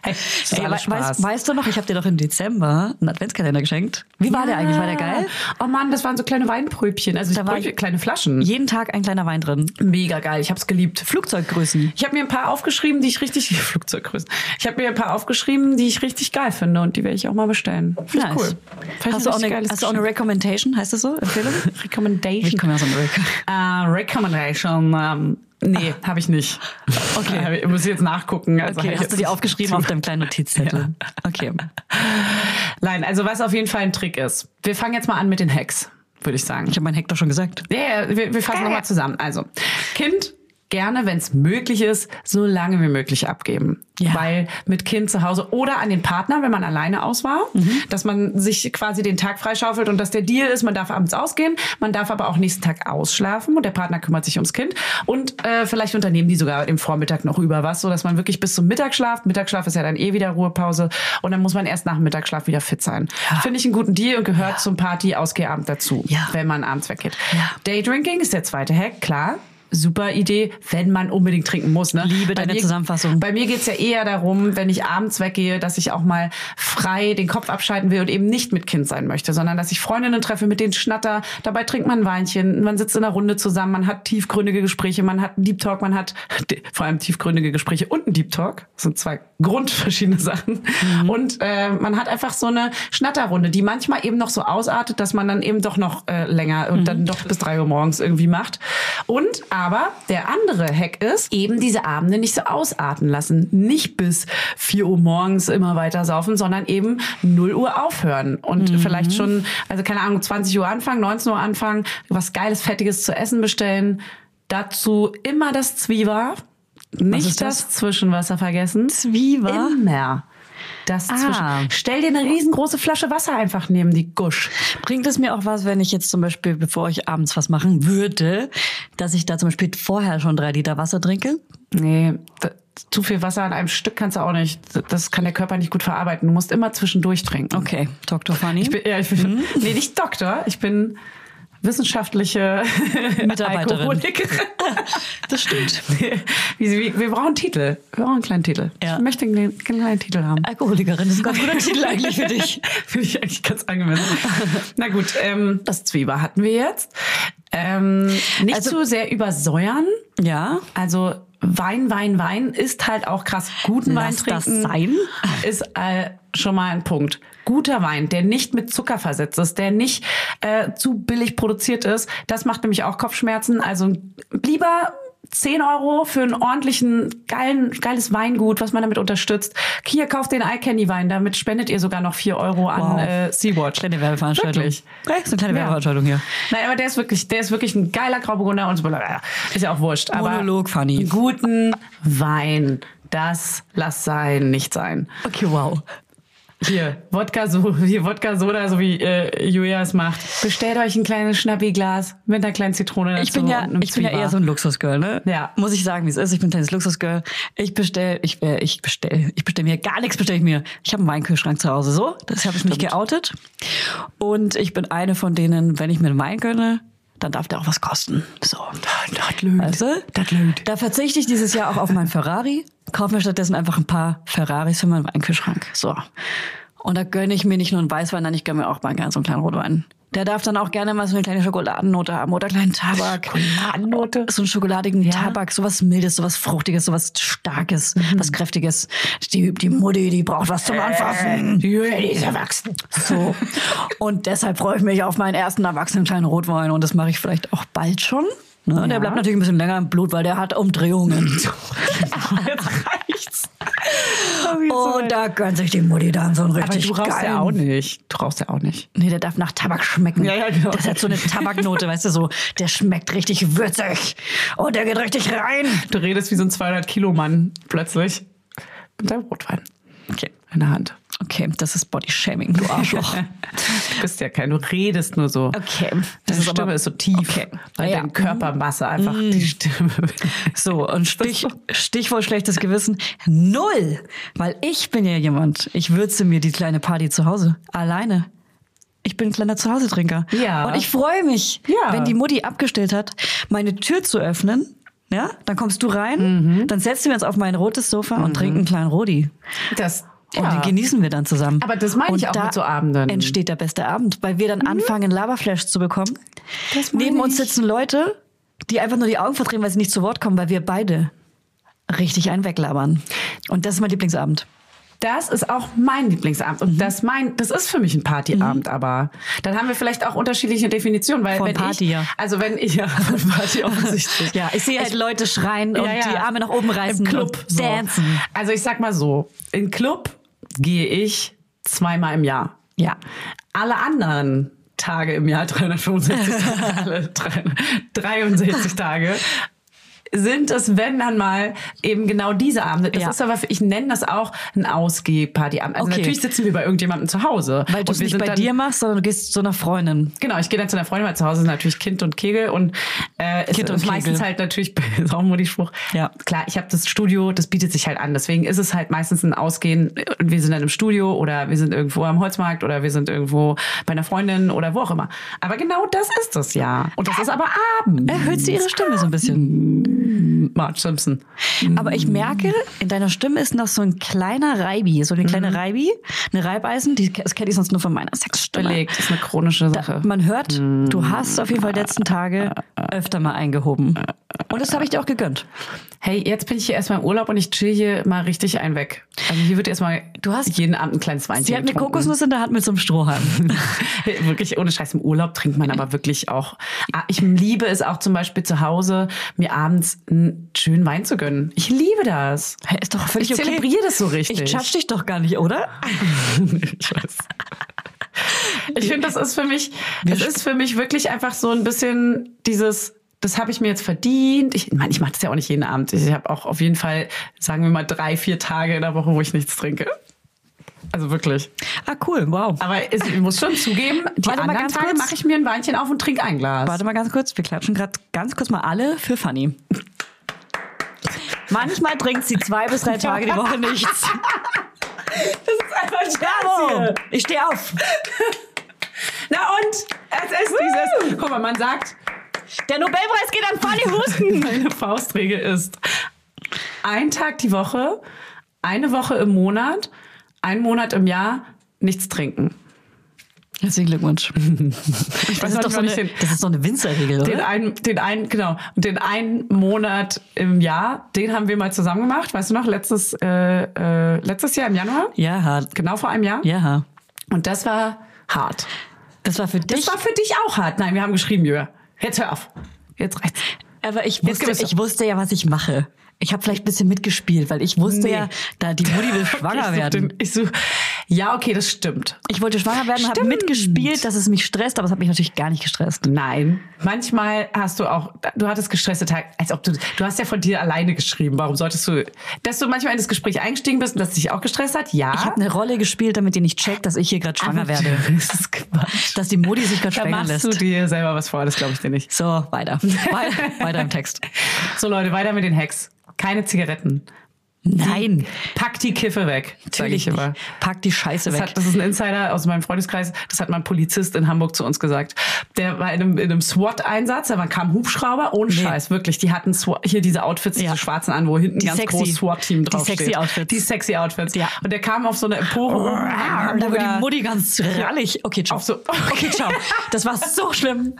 Speaker 2: Hey, das ist
Speaker 1: Ey,
Speaker 2: alles
Speaker 1: we- weißt,
Speaker 2: Spaß.
Speaker 1: weißt du noch, ich habe dir doch im Dezember einen Adventskalender geschenkt. Wie war der eigentlich? War der geil?
Speaker 2: Oh Mann, das waren so kleine Weinpröbchen, also
Speaker 1: Da war
Speaker 2: Brötchen,
Speaker 1: ich-
Speaker 2: kleine Flaschen.
Speaker 1: Jeden Tag ein kleiner Wein drin.
Speaker 2: Mega geil, ich hab's geliebt.
Speaker 1: Flugzeuggrößen.
Speaker 2: Ich habe mir ein paar aufgeschrieben, die ich richtig [laughs] Flugzeuggrößen. Ich habe mir ein paar aufgeschrieben, die ich richtig geil finde und die werde ich auch mal bestellen. Finde ich
Speaker 1: Nice.
Speaker 2: Vielleicht
Speaker 1: Hast, du auch
Speaker 2: richtig
Speaker 1: eine,
Speaker 2: geiles
Speaker 1: hast du auch eine
Speaker 2: Geschenk.
Speaker 1: Recommendation? Heißt das so? Empfehlung?
Speaker 2: [laughs] Recommendation?
Speaker 1: Ich komme aus Amerika.
Speaker 2: Äh, Recommendation. Ähm, nee, habe ich nicht.
Speaker 1: Ah. [laughs] Okay.
Speaker 2: Hab ich muss ich jetzt nachgucken. Also hab [laughs]
Speaker 1: Okay,
Speaker 2: ich
Speaker 1: hast du
Speaker 2: jetzt-
Speaker 1: die aufgeschrieben auf deinem kleinen Notizzettel? Okay.
Speaker 2: Nein, also was auf jeden Fall ein Trick ist. Wir fangen jetzt mal an mit den Hacks, würde ich sagen.
Speaker 1: Ich habe meinen Hector schon gesagt.
Speaker 2: Ja, ja, wir, wir fassen nochmal zusammen. Also, Kind gerne, wenn es möglich ist, so lange wie möglich abgeben.
Speaker 1: Ja.
Speaker 2: Weil mit Kind zu Hause oder an den Partner, wenn man alleine aus war, dass man sich quasi den Tag freischaufelt und dass der Deal ist, man darf abends ausgehen, man darf aber auch nächsten Tag ausschlafen und der Partner kümmert sich ums Kind und äh, vielleicht unternehmen die sogar im Vormittag noch über was, so dass man wirklich bis zum Mittag schlaft. Mittagsschlaf ist ja dann eh wieder Ruhepause und dann muss man erst nach dem Mittagsschlaf wieder fit sein. Finde ich einen guten Deal und gehört zum Party-Ausgehabend dazu,
Speaker 1: Ja.
Speaker 2: wenn man abends weggeht.
Speaker 1: Ja.
Speaker 2: Daydrinking ist der zweite Hack, klar. Super Idee, wenn man unbedingt trinken muss. Ne?
Speaker 1: Liebe
Speaker 2: Bei
Speaker 1: deine Zusammenfassung.
Speaker 2: Bei mir geht's ja eher darum, wenn ich abends weggehe, dass ich auch mal frei den Kopf abschalten will und eben nicht mit Kind sein möchte, sondern dass ich Freundinnen treffe, mit denen schnatter. Dabei trinkt man ein Weinchen, man sitzt in der Runde zusammen, man hat tiefgründige Gespräche, man hat einen Deep Talk, man hat [laughs] de- vor allem tiefgründige Gespräche und einen Deep Talk. Das sind zwei grundverschiedene Sachen.
Speaker 1: Mhm.
Speaker 2: Und äh, man hat einfach so eine Schnatterrunde, die manchmal eben noch so ausartet, dass man dann eben doch noch äh, länger und
Speaker 1: Mhm.
Speaker 2: dann doch bis drei Uhr morgens irgendwie macht. Und aber der andere Hack ist, eben diese Abende nicht so ausarten lassen. Nicht bis vier Uhr morgens immer weiter saufen, sondern eben 0 Uhr aufhören. Und
Speaker 1: Mhm.
Speaker 2: vielleicht schon, also keine Ahnung, 20 Uhr anfangen, 19 Uhr anfangen, was Geiles, Fettiges zu essen bestellen. Dazu immer das Zwieber. Nicht
Speaker 1: ist das?
Speaker 2: das? Zwischenwasser vergessen.
Speaker 1: Zwieber?
Speaker 2: Immer. Das
Speaker 1: Ah.
Speaker 2: Zwischen. Stell dir eine riesengroße Flasche Wasser einfach neben die Gusch.
Speaker 1: Bringt es mir auch was, wenn ich jetzt zum Beispiel, bevor ich abends was machen würde, dass ich da zum Beispiel vorher schon drei Liter Wasser trinke?
Speaker 2: Nee, d- zu viel Wasser an einem Stück kannst du auch nicht. Das kann der Körper nicht gut verarbeiten. Du musst immer zwischendurch trinken.
Speaker 1: Okay, Mhm. Dr. Fanny.
Speaker 2: Ich bin, ja, ich bin, [laughs] nee, nicht Doktor. Ich bin wissenschaftliche
Speaker 1: [laughs] Mitarbeiterin.
Speaker 2: Alkoholikerin.
Speaker 1: [laughs]
Speaker 2: [laughs]
Speaker 1: das stimmt.
Speaker 2: Wie, wie, wir brauchen einen Titel. Wir brauchen einen kleinen Titel.
Speaker 1: Ja.
Speaker 2: Ich möchte einen, kleinen- einen kleinen Titel haben.
Speaker 1: Alkoholikerin ist ein ganz guter Titel eigentlich für dich.
Speaker 2: [laughs] Finde ich eigentlich ganz angemessen.
Speaker 1: [laughs]
Speaker 2: Na gut, ähm, das Zwieber hatten wir jetzt. Ähm, nicht
Speaker 1: Also-
Speaker 2: zu sehr übersäuern.
Speaker 1: [laughs] Ja.
Speaker 2: Also Wein, Wein, Wein ist halt auch krass. Guten Wein
Speaker 1: Lass das
Speaker 2: trinken
Speaker 1: sein.
Speaker 2: [laughs] ist äh, schon mal ein Punkt. Guter Wein, der nicht mit Zucker versetzt ist, der nicht äh, zu billig produziert ist, das macht nämlich auch Kopfschmerzen. Also lieber 10 Euro für einen ordentlichen, geilen, geiles Weingut, was man damit unterstützt. Hier, kauft den Eye Candy Wein, damit spendet ihr sogar noch 4 Euro an
Speaker 1: Wow.
Speaker 2: äh, Sea-Watch.
Speaker 1: Kleine Werbeveranstaltung.
Speaker 2: Wirklich.
Speaker 1: Ja, ist eine kleine Werbeveranstaltung hier.
Speaker 2: Nein, aber der ist wirklich, der ist wirklich ein geiler Grauburgunder und so. blablabla. Ist ja auch wurscht. Aber
Speaker 1: Monolog, Fanny.
Speaker 2: einen Guten Wein. Das lass sein, nicht sein.
Speaker 1: Okay, wow.
Speaker 2: Hier, Wodka, so, hier, Wodka Soda, so wie äh, Julia es macht. Bestellt euch ein kleines Schnappiglas mit einer kleinen Zitrone dazu
Speaker 1: Ich bin ja,
Speaker 2: und einem
Speaker 1: ich bin ja
Speaker 2: Zwieber.
Speaker 1: eher so ein Luxusgirl, ne?
Speaker 2: Äh, Ja.
Speaker 1: Muss ich sagen, wie es ist. Ich bin ein kleines Luxusgirl. Ich bestell, ich, äh, ich bestell, ich bestell mir gar nichts, bestell ich mir. Ich habe einen Weinkühlschrank zu Hause, so. Das habe ich mich geoutet. Und ich bin eine von denen, wenn ich mir einen Wein gönne, dann darf der auch was kosten. So.
Speaker 2: Das löhnt.
Speaker 1: Weißt du?
Speaker 2: Das löhnt.
Speaker 1: Da verzichte ich dieses Jahr auch auf meinen Ferrari, kaufe mir stattdessen einfach ein paar Ferraris für meinen Weinkühlschrank. So. Und da gönne ich mir nicht nur einen Weißwein, nein, ich gönne mir auch mal gerne so einen kleinen Rotwein. Der darf dann auch gerne mal so eine kleine Schokoladennote haben oder kleinen Tabak.
Speaker 2: Schokoladennote?
Speaker 1: So einen schokoladigen Tabak, sowas Mildes, sowas Fruchtiges, sowas Starkes,
Speaker 2: Mhm.
Speaker 1: was Kräftiges. Die, die Mutti, die braucht was zum Anfassen.
Speaker 2: Äh, Die Julia, die ist erwachsen.
Speaker 1: So. Und deshalb freue ich mich auf meinen ersten erwachsenen kleinen Rotwein. Und das mache ich vielleicht auch bald schon. Ne? Und der bleibt natürlich ein bisschen länger im Blut, weil der hat
Speaker 2: [laughs]
Speaker 1: Umdrehungen.
Speaker 2: Jetzt reicht's.
Speaker 1: Und da gönnt sich die Mutti dann so einen
Speaker 2: Aber
Speaker 1: richtig
Speaker 2: du rauchst
Speaker 1: geilen-
Speaker 2: ja auch nicht. Du rauchst ja auch nicht.
Speaker 1: Nee, der darf nach Tabak schmecken.
Speaker 2: Ja, ja, genau.
Speaker 1: Das hat so eine Tabaknote, weißt du, so, der schmeckt richtig würzig. Und der geht richtig rein.
Speaker 2: Du redest wie so ein 200-Kilo-Mann plötzlich. Mit deinem Rotwein
Speaker 1: Okay,
Speaker 2: in der Hand.
Speaker 1: okay, das ist Bodyshaming, du
Speaker 2: [laughs]
Speaker 1: Arschloch.
Speaker 2: Du bist ja kein, du redest nur so.
Speaker 1: Okay. Das
Speaker 2: Das Deine
Speaker 1: ist
Speaker 2: Stimme
Speaker 1: aber-
Speaker 2: ist so tief,
Speaker 1: Okay.
Speaker 2: weil
Speaker 1: Ja. Mm.
Speaker 2: deine Körpermasse einfach die Stimme.
Speaker 1: So, und Stich, Stichwort schlechtes Gewissen, null. Weil ich bin ja jemand, ich würze mir die kleine Party zu Hause, alleine. Ich bin ein kleiner Zuhause-Trinker.
Speaker 2: Ja.
Speaker 1: Und ich freue mich,
Speaker 2: Ja.
Speaker 1: wenn die Mutti abgestellt hat, meine Tür zu öffnen. Ja, dann kommst du rein,
Speaker 2: Mhm.
Speaker 1: dann setzen wir uns auf mein rotes Sofa und trinken einen kleinen Rodi.
Speaker 2: Das,
Speaker 1: Und den genießen wir dann zusammen.
Speaker 2: Aber das meine ich
Speaker 1: Und
Speaker 2: auch
Speaker 1: da
Speaker 2: mit so Abenden.
Speaker 1: Entsteht der beste Abend, weil wir dann anfangen, Laberflash zu bekommen.
Speaker 2: Das meine
Speaker 1: Neben uns
Speaker 2: ich.
Speaker 1: sitzen Leute, die einfach nur die Augen verdrehen, weil sie nicht zu Wort kommen, weil wir beide richtig einen weglabern. Und das ist mein Lieblingsabend.
Speaker 2: das ist auch mein Lieblingsabend.
Speaker 1: Mhm.
Speaker 2: Und das mein, das ist für mich ein Partyabend, aber dann haben wir vielleicht auch unterschiedliche Definitionen, weil
Speaker 1: Von
Speaker 2: wenn
Speaker 1: Party,
Speaker 2: ich,
Speaker 1: ja.
Speaker 2: also wenn [laughs] ich, ja, von
Speaker 1: [laughs]
Speaker 2: Party offensichtlich.
Speaker 1: Ja, ich sehe halt Leute schreien und
Speaker 2: Ja, ja.
Speaker 1: die Arme nach oben reißen.
Speaker 2: Im Club.
Speaker 1: Und
Speaker 2: So.
Speaker 1: dancen.
Speaker 2: Also ich sag mal so, in Club gehe ich zweimal im Jahr.
Speaker 1: Ja.
Speaker 2: Alle anderen Tage im Jahr, [laughs] 365 Tage, alle
Speaker 1: [laughs]
Speaker 2: 63 Tage, sind es, wenn dann mal, eben genau diese Abende. Das
Speaker 1: Ja.
Speaker 2: ist aber, für- ich nenne das auch ein Ausgehpartyabend. Also
Speaker 1: Okay.
Speaker 2: natürlich sitzen wir bei irgendjemandem zu Hause.
Speaker 1: Weil du
Speaker 2: Und
Speaker 1: es
Speaker 2: wir
Speaker 1: nicht
Speaker 2: sind
Speaker 1: bei
Speaker 2: dann-
Speaker 1: dir machst, sondern du gehst zu einer Freundin.
Speaker 2: Genau, ich gehe dann zu einer Freundin, weil zu Hause ist natürlich Kind und Kegel und äh, es
Speaker 1: Kind
Speaker 2: ist
Speaker 1: und
Speaker 2: meistens
Speaker 1: Kegel.
Speaker 2: halt natürlich, [laughs] ist auch ein Modi-Spruch.
Speaker 1: Ja.
Speaker 2: Klar, ich habe das Studio, das bietet sich halt an. Deswegen ist es halt meistens ein Ausgehen und wir sind dann im Studio oder wir sind irgendwo am Holzmarkt oder wir sind irgendwo bei einer Freundin oder wo auch immer. Aber genau das ist es ja. Und das ist aber Abend.
Speaker 1: Erhöht sie ihre Stimme so ein bisschen.
Speaker 2: Marge Simpson.
Speaker 1: Aber ich merke, in deiner Stimme ist noch so ein kleiner Reibi, so eine kleine Reibi, eine Reibeisen, die, das kenne ich sonst nur von meiner Sexstimme.
Speaker 2: Belegt, ist eine chronische
Speaker 1: Da,
Speaker 2: Sache.
Speaker 1: man hört, du hast auf jeden Fall die letzten Tage öfter mal eingehoben. Und das habe ich dir auch gegönnt.
Speaker 2: Hey, jetzt bin ich hier erstmal im Urlaub und ich chill hier mal richtig ein weg. Also hier wird erstmal
Speaker 1: Du hast-
Speaker 2: jeden Abend ein kleines Weinchen
Speaker 1: Sie hat eine
Speaker 2: getrunken.
Speaker 1: Kokosnuss in der Hand mit so einem Strohhalm.
Speaker 2: [laughs] wirklich ohne Scheiß im Urlaub trinkt man aber wirklich auch. Ah, Ich liebe es auch zum Beispiel zu Hause, mir abends einen schönen Wein zu gönnen. Ich liebe das.
Speaker 1: Hä, [laughs] Ist doch völlig
Speaker 2: Ich
Speaker 1: okay.
Speaker 2: zelebriere das so richtig.
Speaker 1: Ich judge dich doch gar nicht, [laughs] oder?
Speaker 2: ich weiß. Ich finde, das ist für mich, das ist für mich wirklich einfach so ein bisschen dieses, das habe ich mir jetzt verdient. Ich meine, ich mache das ja auch nicht jeden Abend. Ich habe auch auf jeden Fall, sagen wir mal, drei, vier Tage in der Woche, wo ich nichts trinke. Also wirklich.
Speaker 1: Ah, cool, wow.
Speaker 2: Aber es, ich muss schon zugeben, die
Speaker 1: Warte mal
Speaker 2: anderen
Speaker 1: ganz
Speaker 2: Tage
Speaker 1: kurz.
Speaker 2: mache ich mir ein Weinchen auf und trinke ein Glas.
Speaker 1: Warte mal ganz kurz, wir klatschen gerade ganz kurz mal alle für Fanny. Manchmal trinkt sie zwei bis drei Tage die Woche nichts. [laughs]
Speaker 2: Das ist einfach
Speaker 1: Bravo!
Speaker 2: Werbung.
Speaker 1: Ich stehe auf.
Speaker 2: Na und? Es ist dieses. Guck mal, man sagt,
Speaker 1: Der Nobelpreis geht an Fanny Husten.
Speaker 2: [laughs] meine Faustregel ist ein Tag die Woche, eine Woche im Monat, ein Monat im Jahr nichts trinken.
Speaker 1: Herzlichen Glückwunsch.
Speaker 2: Ich
Speaker 1: Das
Speaker 2: weiß
Speaker 1: ist, doch
Speaker 2: noch nicht,
Speaker 1: so
Speaker 2: wann ich
Speaker 1: eine,
Speaker 2: den,
Speaker 1: das ist so eine Winzerregel,
Speaker 2: den
Speaker 1: oder?
Speaker 2: einen, den einen, genau, und den einen Monat im Jahr, den haben wir mal zusammen gemacht, weißt du noch, letztes, äh, äh, letztes Jahr im Januar,
Speaker 1: Ja, hart.
Speaker 2: genau vor einem Jahr.
Speaker 1: Ja.
Speaker 2: Und das war hart.
Speaker 1: Das war für dich.
Speaker 2: Das war für dich auch hart. Nein, wir haben geschrieben, Jürgen. Jetzt hör auf. Jetzt reicht's.
Speaker 1: aber ich
Speaker 2: Jetzt
Speaker 1: wusste,
Speaker 2: geht's
Speaker 1: ich wusste ja, was ich mache. Ich habe vielleicht ein bisschen mitgespielt, weil ich wusste
Speaker 2: Nee.
Speaker 1: ja, da die Mutti will
Speaker 2: [laughs] ich
Speaker 1: schwanger
Speaker 2: such
Speaker 1: werden.
Speaker 2: Den, ich such, ja, okay, das stimmt.
Speaker 1: Ich wollte schwanger werden und habe
Speaker 2: Stimmt.
Speaker 1: mitgespielt, dass es mich stresst, aber es hat mich natürlich gar nicht gestresst.
Speaker 2: Nein. Manchmal hast du auch, du hattest gestresste Tage, als ob du, du hast ja von dir alleine geschrieben. Warum solltest du, dass du manchmal in das Gespräch eingestiegen bist und das dich auch gestresst hat? Ja.
Speaker 1: Ich habe eine Rolle gespielt, damit ihr nicht checkt, dass ich hier gerade schwanger
Speaker 2: Aber
Speaker 1: werde.
Speaker 2: [laughs] Das ist Quatsch.
Speaker 1: Dass die Mutti sich gerade
Speaker 2: da
Speaker 1: schwängern
Speaker 2: machst
Speaker 1: lässt.
Speaker 2: du dir selber was vor, das glaube ich dir nicht.
Speaker 1: So,
Speaker 2: [laughs]
Speaker 1: weiter. Wei- weiter im Text.
Speaker 2: So Leute, weiter mit den Hacks. Keine Zigaretten.
Speaker 1: Nein,
Speaker 2: Pack die Kiffe weg. sag
Speaker 1: natürlich
Speaker 2: ich immer.
Speaker 1: nicht. Pack die Scheiße
Speaker 2: Das,
Speaker 1: weg.
Speaker 2: hat, das ist ein Insider aus meinem Freundeskreis. Das hat mal ein Polizist in Hamburg zu uns gesagt. Der war in einem, in einem SWAT-Einsatz. Da waren- kam Hubschrauber. Ohne
Speaker 1: Nee.
Speaker 2: Scheiß, wirklich. Die hatten SWAT, hier diese Outfits,
Speaker 1: Ja.
Speaker 2: diese schwarzen an, wo hinten
Speaker 1: Die
Speaker 2: ganz
Speaker 1: sexy-
Speaker 2: groß SWAT-Team
Speaker 1: die
Speaker 2: draufsteht.
Speaker 1: sexy Outfits.
Speaker 2: Die sexy Outfits.
Speaker 1: Ja.
Speaker 2: Und der kam auf so eine Empore.
Speaker 1: Und da wird die Mutti ganz rallig. Okay, ciao.
Speaker 2: Auf so-
Speaker 1: Okay, ciao. Das war so schlimm.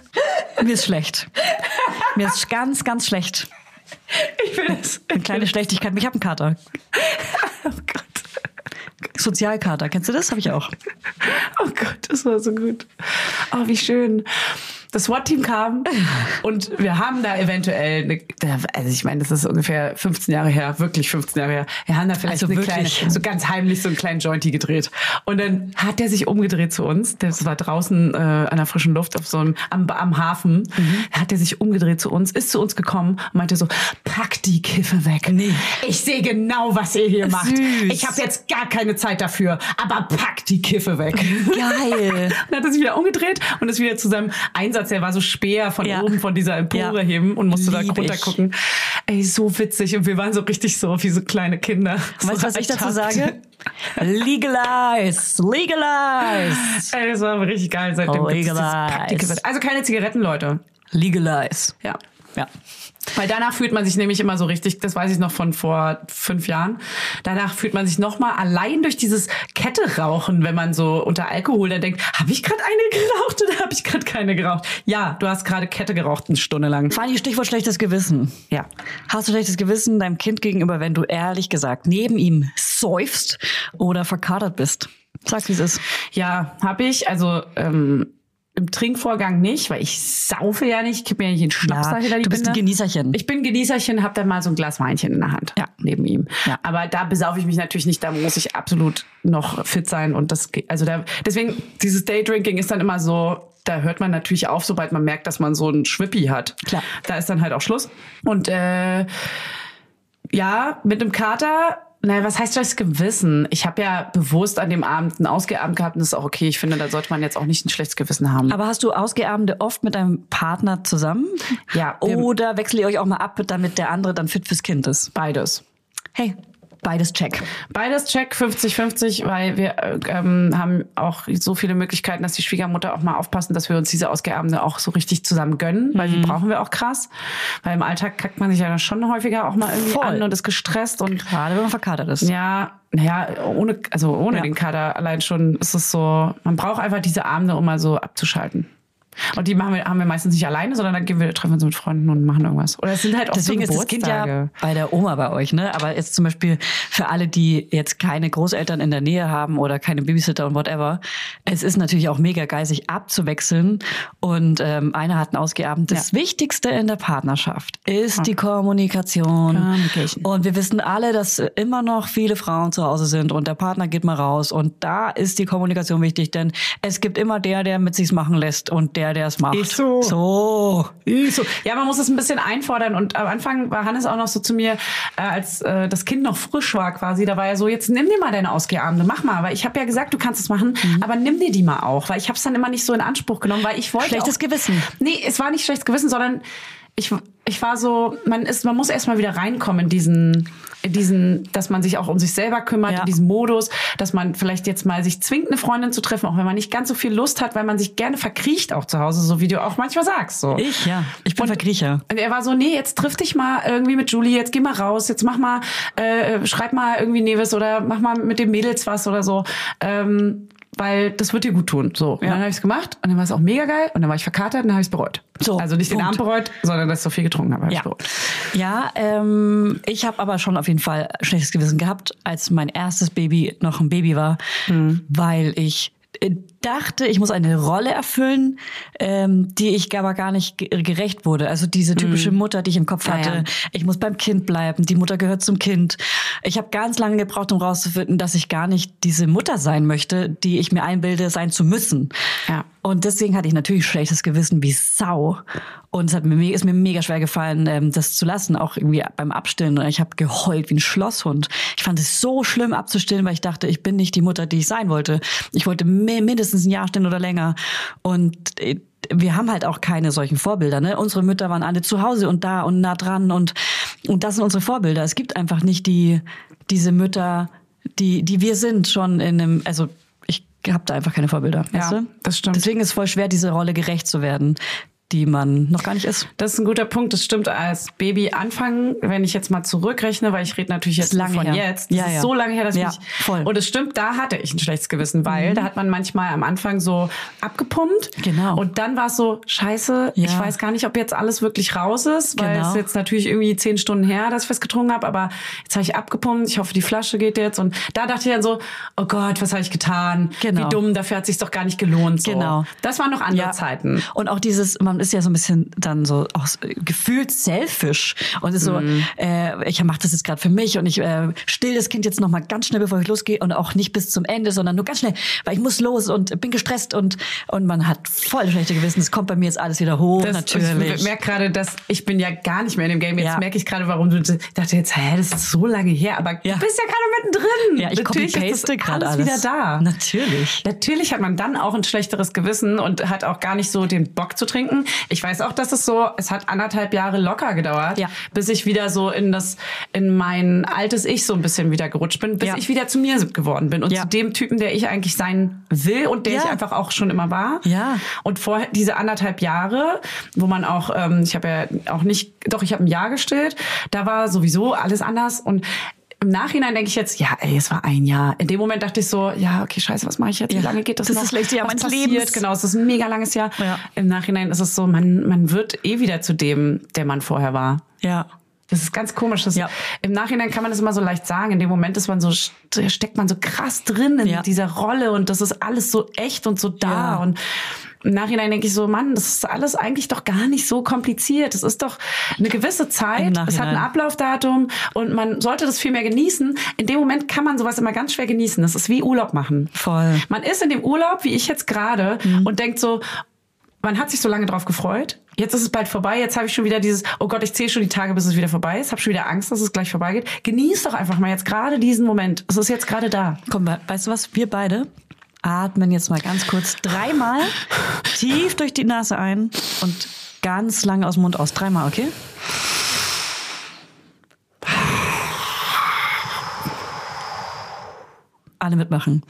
Speaker 1: Mir ist schlecht. Mir ist ganz, ganz schlecht.
Speaker 2: Ich will das.
Speaker 1: Eine kleine Schlechtigkeit. Ich habe einen Kater.
Speaker 2: Oh Gott.
Speaker 1: Sozialkater. Kennst du das? Habe ich auch.
Speaker 2: [laughs] Oh Gott, das war so gut. Oh, wie schön. Das SWAT-Team kam und wir haben da eventuell, eine, da- also ich meine, das ist ungefähr 15 Jahre her, wirklich 15 Jahre her. Wir haben da vielleicht
Speaker 1: Also
Speaker 2: eine
Speaker 1: wirklich?
Speaker 2: kleine, so ganz heimlich so einen kleinen Jointy gedreht. Und dann hat der sich umgedreht zu uns. Das war draußen äh, an der frischen Luft auf so einem, am, am Hafen.
Speaker 1: Mhm.
Speaker 2: Hat er sich umgedreht zu uns, ist zu uns gekommen und meinte so, pack die Kiffe weg.
Speaker 1: Nee.
Speaker 2: Ich sehe genau, was ihr hier macht.
Speaker 1: Süß.
Speaker 2: Ich habe jetzt gar keine Zeit dafür, aber pack die Kiffe
Speaker 1: [laughs]
Speaker 2: weg.
Speaker 1: Geil.
Speaker 2: Dann hat er sich wieder umgedreht und ist wieder zu seinem Einsatz. Der war so speer von
Speaker 1: Ja.
Speaker 2: oben von dieser Empore
Speaker 1: Ja.
Speaker 2: heben und musste da
Speaker 1: Lieb ich.
Speaker 2: runter gucken. Ey, so witzig. Und wir waren so richtig so wie so kleine Kinder.
Speaker 1: Weißt
Speaker 2: so
Speaker 1: du, was ich dazu
Speaker 2: ertappt.
Speaker 1: sage? Legalize. Legalize.
Speaker 2: [laughs] Ey, das war richtig geil. Seitdem
Speaker 1: Oh,
Speaker 2: gibt's dieses
Speaker 1: egal.
Speaker 2: Praktikgesetz. Also keine Zigaretten, Leute.
Speaker 1: Legalize.
Speaker 2: Ja.
Speaker 1: Ja.
Speaker 2: Weil danach fühlt man sich nämlich immer so richtig, das weiß ich noch von vor fünf Jahren, danach fühlt man sich nochmal allein durch dieses Kette rauchen, wenn man so unter Alkohol dann denkt, habe ich gerade eine geraucht oder habe ich gerade keine geraucht? Ja, du hast gerade Kette geraucht, eine Stunde lang.
Speaker 1: Fanny, Stichwort schlechtes Gewissen.
Speaker 2: Ja.
Speaker 1: Hast du schlechtes Gewissen deinem Kind gegenüber, wenn du ehrlich gesagt neben ihm säufst oder verkadert bist? Sag, wie es ist.
Speaker 2: Ja, habe ich. Also ähm, im Trinkvorgang nicht, weil ich saufe ja nicht. Ich kipp mir ja nicht den Schnaps
Speaker 1: Ja,
Speaker 2: da hinter die
Speaker 1: du bist ein
Speaker 2: Binde.
Speaker 1: Genießerchen.
Speaker 2: Ich bin Genießerchen, hab dann mal so ein Glas Weinchen in der Hand
Speaker 1: Ja.
Speaker 2: neben ihm.
Speaker 1: Ja.
Speaker 2: Aber da besaufe ich mich natürlich nicht. Da muss ich absolut noch fit sein und das, ge- also da, deswegen dieses Daydrinking ist dann immer so. Da hört man natürlich auf, sobald man merkt, dass man so einen Schwippi hat.
Speaker 1: Klar.
Speaker 2: Da ist dann halt auch Schluss. Und äh, ja, mit einem Kater. Naja, was heißt das Gewissen? Ich habe ja bewusst an dem Abend einen Ausgeabend gehabt und das ist auch okay. Ich finde, da sollte man jetzt auch nicht ein schlechtes Gewissen haben.
Speaker 1: Aber hast du Ausgeabende oft mit deinem Partner zusammen?
Speaker 2: Ja, wir-
Speaker 1: Oder wechselt ihr euch auch mal ab, damit der andere dann fit fürs Kind ist?
Speaker 2: Beides.
Speaker 1: Hey, beides check.
Speaker 2: Beides check 50-50, weil wir äh, ähm, haben auch so viele Möglichkeiten, dass die Schwiegermutter auch mal aufpassen, dass wir uns diese Ausgeabende auch so richtig zusammen gönnen, weil
Speaker 1: Mhm.
Speaker 2: die brauchen wir auch krass. Weil im Alltag kackt man sich ja schon häufiger auch mal irgendwie
Speaker 1: Voll.
Speaker 2: an und ist gestresst und
Speaker 1: Gerade wenn man verkadert ist.
Speaker 2: Ja, naja, ohne, also ohne
Speaker 1: Ja.
Speaker 2: den Kader allein schon ist es so, man braucht einfach diese Abende, um mal so abzuschalten. Und die machen wir, haben wir meistens nicht alleine, sondern dann gehen wir, treffen wir uns mit Freunden und machen irgendwas. Oder es sind halt auch
Speaker 1: Deswegen
Speaker 2: so
Speaker 1: ist das Kind ja
Speaker 2: Geburtstage.
Speaker 1: bei der Oma bei euch, ne? Aber jetzt zum Beispiel für alle, die jetzt keine Großeltern in der Nähe haben oder keine Babysitter und whatever, es ist natürlich auch mega geil, sich abzuwechseln. Und ähm, einer hat einen ausgeabend. Das Wichtigste in der Partnerschaft ist die Kommunikation.
Speaker 2: Communication.
Speaker 1: Und wir wissen alle, dass immer noch viele Frauen zu Hause sind und der Partner geht mal raus. Und da ist die Kommunikation wichtig, denn es gibt immer der, der mit sich's machen lässt und der, der es macht.
Speaker 2: Ist so.
Speaker 1: So.
Speaker 2: Ih, so. Ja, man muss es ein bisschen einfordern. Und am Anfang war Hannes auch noch so zu mir, äh, als äh, das Kind noch frisch war quasi, da war er so, jetzt nimm dir mal deine Ausgeabende, mach mal. Weil ich habe ja gesagt, du kannst es machen,
Speaker 1: Mhm.
Speaker 2: aber nimm dir die mal auch. Weil ich habe es dann immer nicht so in Anspruch genommen, weil ich wollte
Speaker 1: Schlechtes
Speaker 2: auch,
Speaker 1: Gewissen.
Speaker 2: Nee, es war nicht schlechtes Gewissen, sondern ich, ich war so, man ist, man muss erstmal wieder reinkommen in diesen, in diesen, dass man sich auch um sich selber kümmert,
Speaker 1: Ja.
Speaker 2: in diesen Modus, dass man vielleicht jetzt mal sich zwingt, eine Freundin zu treffen, auch wenn man nicht ganz so viel Lust hat, weil man sich gerne verkriecht auch zu Hause, so wie du auch manchmal sagst, so.
Speaker 1: Ich, ja. Ich bin Vergriecher.
Speaker 2: Und Also er war so, nee, jetzt triff dich mal irgendwie mit Julie, jetzt geh mal raus, jetzt mach mal, äh, schreib mal irgendwie Neves oder mach mal mit den Mädels was oder so. Ähm, weil das wird dir gut tun. So. Und
Speaker 1: Ja.
Speaker 2: dann habe ich es gemacht und dann war es auch mega geil und dann war ich verkatert und dann habe ich es bereut.
Speaker 1: So,
Speaker 2: also nicht den
Speaker 1: Punkt.
Speaker 2: Abend bereut, sondern dass ich so viel getrunken habe. habe
Speaker 1: Ja,
Speaker 2: ich's bereut.
Speaker 1: ja ähm, ich habe aber schon auf jeden Fall schlechtes Gewissen gehabt, als mein erstes Baby noch ein Baby war,
Speaker 2: Mhm.
Speaker 1: weil ich äh, dachte, ich muss eine Rolle erfüllen, ähm, die ich aber gar nicht ge- gerecht wurde. Also diese typische Mutter, die ich im Kopf
Speaker 2: Mhm. Ja,
Speaker 1: hatte.
Speaker 2: ja.
Speaker 1: Ich muss beim Kind bleiben. Die Mutter gehört zum Kind. Ich habe ganz lange gebraucht, um rauszufinden, dass ich gar nicht diese Mutter sein möchte, die ich mir einbilde, sein zu müssen.
Speaker 2: Ja.
Speaker 1: Und deswegen hatte ich natürlich schlechtes Gewissen wie Sau. Und es hat mir, me- ist mir mega schwer gefallen, ähm, das zu lassen, auch irgendwie beim Abstillen. Und Ich habe geheult wie ein Schlosshund. Ich fand es so schlimm abzustillen, weil ich dachte, ich bin nicht die Mutter, die ich sein wollte. Ich wollte mi- mindestens ein Jahr stillen oder länger. Und äh, wir haben halt auch keine solchen Vorbilder. Ne? Unsere Mütter waren alle zu Hause und da und nah dran. Und, und das sind unsere Vorbilder. Es gibt einfach nicht die, diese Mütter, die, die wir sind, schon in einem, also ich habe da einfach keine Vorbilder.
Speaker 2: Ja,
Speaker 1: weißt du?
Speaker 2: das stimmt.
Speaker 1: Deswegen ist es voll schwer, diese Rolle gerecht zu werden, die man noch gar nicht ist.
Speaker 2: Das ist ein guter Punkt. Das stimmt als Baby anfangen, wenn ich jetzt mal zurückrechne, weil ich rede natürlich jetzt
Speaker 1: Ist lange
Speaker 2: nur von
Speaker 1: her.
Speaker 2: jetzt. Das
Speaker 1: Ja,
Speaker 2: ist
Speaker 1: ja.
Speaker 2: so lange her, dass
Speaker 1: Ja,
Speaker 2: ich
Speaker 1: voll. Mhm.
Speaker 2: Und es stimmt, da hatte ich ein schlechtes Gewissen, weil da hat man manchmal am Anfang so abgepumpt.
Speaker 1: Genau.
Speaker 2: Und dann war es so, scheiße,
Speaker 1: Ja.
Speaker 2: ich weiß gar nicht, ob jetzt alles wirklich raus ist, weil
Speaker 1: Genau.
Speaker 2: es jetzt natürlich irgendwie zehn Stunden her, dass ich was getrunken habe, aber jetzt habe ich abgepumpt, ich hoffe, die Flasche geht jetzt. Und da dachte ich dann so, oh Gott, was habe ich getan?
Speaker 1: Genau.
Speaker 2: Wie dumm, dafür hat es sich doch gar nicht gelohnt. So.
Speaker 1: Genau.
Speaker 2: Das waren noch andere Zeiten.
Speaker 1: Und auch dieses, man ist ja so ein bisschen dann so auch s- gefühlt selfish und ist so,
Speaker 2: Mhm.
Speaker 1: äh, ich mache das jetzt gerade für mich und ich äh, still das Kind jetzt nochmal ganz schnell, bevor ich losgehe und auch nicht bis zum Ende, sondern nur ganz schnell, weil ich muss los und bin gestresst und, und man hat voll schlechte Gewissen. Es kommt bei mir jetzt alles wieder hoch,
Speaker 2: Das-
Speaker 1: natürlich.
Speaker 2: Ich merke gerade, dass ich bin ja gar nicht mehr in dem Game. Jetzt
Speaker 1: Ja.
Speaker 2: merke ich gerade, warum du ich dachte jetzt, hä, das ist so lange her, aber
Speaker 1: Ja.
Speaker 2: du bist ja gerade mittendrin.
Speaker 1: ja, ich
Speaker 2: Natürlich ist das
Speaker 1: copy-paste gerade
Speaker 2: alles wieder da.
Speaker 1: Natürlich.
Speaker 2: Natürlich hat man dann auch ein schlechteres Gewissen und hat auch gar nicht so den Bock zu trinken. Ich weiß auch, dass es so, es hat anderthalb Jahre locker gedauert,
Speaker 1: Ja.
Speaker 2: bis ich wieder so in das, in mein altes Ich so ein bisschen wieder gerutscht bin, bis
Speaker 1: Ja.
Speaker 2: ich wieder zu mir geworden bin und
Speaker 1: Ja.
Speaker 2: zu dem Typen, der ich eigentlich sein will und der
Speaker 1: Ja.
Speaker 2: ich einfach auch schon immer war.
Speaker 1: Ja.
Speaker 2: Und vorher diese anderthalb Jahre, wo man auch, ähm, ich habe ja auch nicht, doch ich habe ein Jahr gestillt, da war sowieso alles anders und im Nachhinein denke ich jetzt, ja, ey, es war ein Jahr. In dem Moment dachte ich so, ja, okay, scheiße, was mache ich jetzt? Wie
Speaker 1: Ja,
Speaker 2: lange geht das
Speaker 1: das
Speaker 2: noch?
Speaker 1: ist das letzte Jahr
Speaker 2: was
Speaker 1: meines
Speaker 2: passiert?
Speaker 1: Lebens.
Speaker 2: Genau, es ist ein mega langes Jahr.
Speaker 1: Ja.
Speaker 2: Im Nachhinein ist es so, man, man wird eh wieder zu dem, der man vorher war.
Speaker 1: Ja.
Speaker 2: Das ist ganz komisch. Das
Speaker 1: Ja.
Speaker 2: Im Nachhinein kann man das immer so leicht sagen. In dem Moment ist man so, st- steckt man so krass drin in
Speaker 1: Ja.
Speaker 2: dieser Rolle und das ist alles so echt und so da.
Speaker 1: Ja.
Speaker 2: Und im Nachhinein denke ich so, Mann, das ist alles eigentlich doch gar nicht so kompliziert. Es ist doch eine gewisse
Speaker 1: Im
Speaker 2: Zeit.
Speaker 1: Nachhinein.
Speaker 2: Es hat ein Ablaufdatum und man sollte das viel mehr genießen. In dem Moment kann man sowas immer ganz schwer genießen. Das ist wie Urlaub machen.
Speaker 1: Voll.
Speaker 2: Man ist in dem Urlaub, wie ich jetzt gerade,
Speaker 1: Mhm.
Speaker 2: und denkt so, man hat sich so lange drauf gefreut. Jetzt ist es bald vorbei. Jetzt habe ich schon wieder dieses, oh Gott, ich zähle schon die Tage, bis es wieder vorbei ist. Habe schon wieder Angst, dass es gleich vorbeigeht. Genieß doch einfach mal jetzt gerade diesen Moment. Es ist jetzt gerade da.
Speaker 1: Komm, we- weißt du was? Wir beide atmen jetzt mal ganz kurz dreimal tief durch die Nase ein und ganz lang aus dem Mund aus. Dreimal, okay? Alle mitmachen.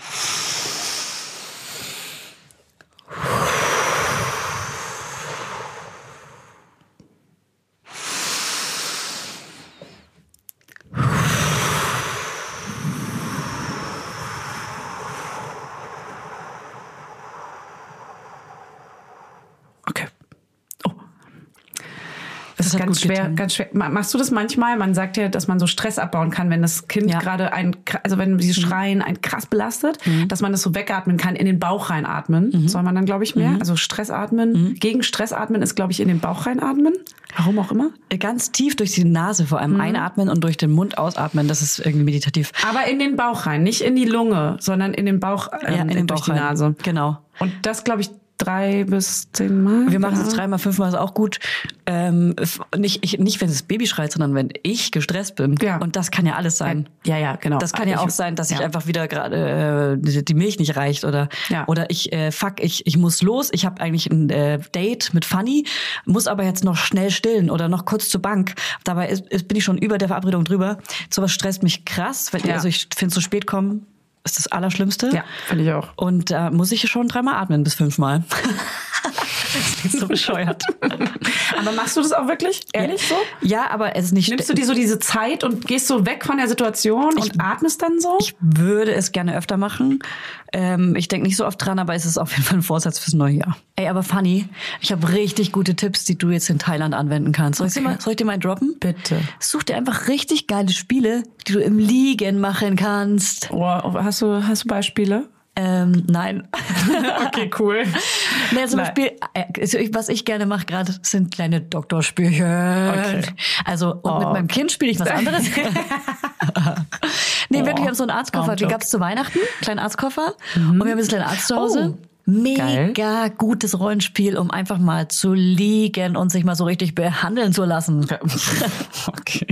Speaker 2: Okay. Oh. Das, ist
Speaker 1: hat
Speaker 2: ganz
Speaker 1: gut
Speaker 2: schwer,
Speaker 1: getan.
Speaker 2: ganz schwer. Ma- Machst du das manchmal? Man sagt ja, dass man so Stress abbauen kann, wenn das Kind
Speaker 1: Ja. Mhm.
Speaker 2: gerade ein, kr- also wenn sie schreien, ein krass belastet, dass man das so wegatmen kann, in den Bauch reinatmen.
Speaker 1: Mhm.
Speaker 2: Soll man dann, glaube ich, mehr? Also Stress atmen. Gegen Stress atmen ist, glaube ich, in den Bauch reinatmen. Warum auch immer.
Speaker 1: Ganz tief durch die Nase vor
Speaker 2: Mhm.
Speaker 1: allem einatmen und durch den Mund ausatmen. Das ist irgendwie meditativ.
Speaker 2: Aber in den Bauch rein, nicht in die Lunge, sondern in den Bauch, ähm,
Speaker 1: Ja, in den
Speaker 2: durch
Speaker 1: Bauch
Speaker 2: die
Speaker 1: rein.
Speaker 2: Nase.
Speaker 1: Genau.
Speaker 2: Und das, glaube ich, drei bis zehn Mal.
Speaker 1: Wir machen es
Speaker 2: Mhm. Ja.
Speaker 1: jetzt dreimal, fünfmal ist auch gut. Ähm, f- nicht, ich, nicht, wenn das Baby schreit, sondern wenn ich gestresst bin.
Speaker 2: Ja.
Speaker 1: Und das kann ja alles sein.
Speaker 2: Ja, ja, genau.
Speaker 1: Das kann ja
Speaker 2: Ich-
Speaker 1: auch sein, dass ich
Speaker 2: ja.
Speaker 1: einfach wieder gerade äh, die- die Milch nicht reicht oder
Speaker 2: Ja.
Speaker 1: oder ich äh, fuck, ich ich muss los, ich habe eigentlich ein äh, Date mit Fanny, muss aber jetzt noch schnell stillen oder noch kurz zur Bank. Dabei ist, ist, bin ich schon über der Verabredung drüber. Sowas stresst mich krass, weil
Speaker 2: Ja.
Speaker 1: also ich finde zu spät kommen ist das Allerschlimmste. äh,
Speaker 2: Ja, finde ich auch.
Speaker 1: Und da muss ich schon dreimal atmen bis fünfmal. [laughs] Das klingt [laughs] so bescheuert.
Speaker 2: Aber machst du das auch wirklich? Ehrlich so?
Speaker 1: Ja, aber es ist nicht.
Speaker 2: Nimmst du dir so diese Zeit und gehst so weg von der Situation und atmest dann so?
Speaker 1: ich würde es gerne öfter machen. Ähm, ich denke nicht so oft dran, aber es ist auf jeden Fall ein Vorsatz fürs neue Jahr. Ey, aber Fanny, ich habe richtig gute Tipps, die du jetzt in Thailand anwenden kannst. Soll, ich, dir mal, soll ich dir mal einen droppen?
Speaker 2: Bitte.
Speaker 1: Such dir einfach richtig geile Spiele, die du im Liegen machen kannst.
Speaker 2: Oh, hast, du, hast du Beispiele?
Speaker 1: Ähm, nein.
Speaker 2: [laughs] Okay, cool.
Speaker 1: Nee, zum
Speaker 2: Nein.
Speaker 1: Beispiel, äh, also ich- was ich gerne mache gerade, sind kleine Doktorspielchen. Also, und
Speaker 2: Oh.
Speaker 1: mit meinem Kind spiele ich was
Speaker 2: [laughs]
Speaker 1: anderes. [laughs] nee, wirklich, wir haben so einen
Speaker 2: Oh,
Speaker 1: Arztkoffer. Den gab es zu Weihnachten, kleinen Arztkoffer.
Speaker 2: Mhm.
Speaker 1: Und wir haben jetzt einen kleinen Arzt zu Hause.
Speaker 2: Oh,
Speaker 1: Mega gutes Rollenspiel, um einfach mal zu liegen und sich mal so richtig behandeln zu lassen. [laughs]
Speaker 2: Okay.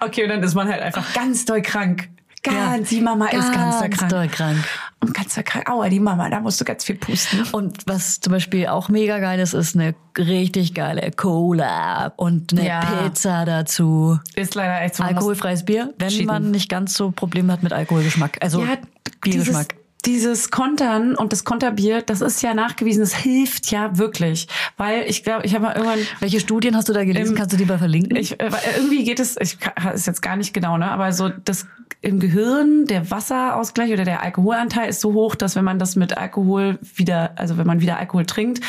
Speaker 2: okay, und dann ist man halt einfach ganz doll krank. Ganz, die Mama ist ganz doll krank.
Speaker 1: doll krank.
Speaker 2: Und ganz doll krank. Aua, die Mama, da musst du ganz viel pusten.
Speaker 1: Und was zum Beispiel auch mega geil ist, ist eine richtig geile Cola und eine
Speaker 2: Ja.
Speaker 1: Pizza dazu.
Speaker 2: Ist leider echt so. man muss-
Speaker 1: Alkoholfreies Bier, wenn
Speaker 2: cheaten.
Speaker 1: man nicht ganz so Probleme hat mit Alkoholgeschmack. Also
Speaker 2: Ja, dieses,
Speaker 1: Biergeschmack.
Speaker 2: dieses Kontern und das Konterbier, das ist ja nachgewiesen, das hilft ja wirklich. Weil ich glaube, ich habe mal irgendwann
Speaker 1: Welche Studien hast du da gelesen?
Speaker 2: Ähm,
Speaker 1: Kannst du die mal verlinken?
Speaker 2: Ich, äh, irgendwie geht es, ich ka- ist jetzt gar nicht genau, ne? aber so das im Gehirn der Wasserausgleich oder der Alkoholanteil ist so hoch, dass wenn man das mit Alkohol wieder, also wenn man wieder Alkohol trinkt,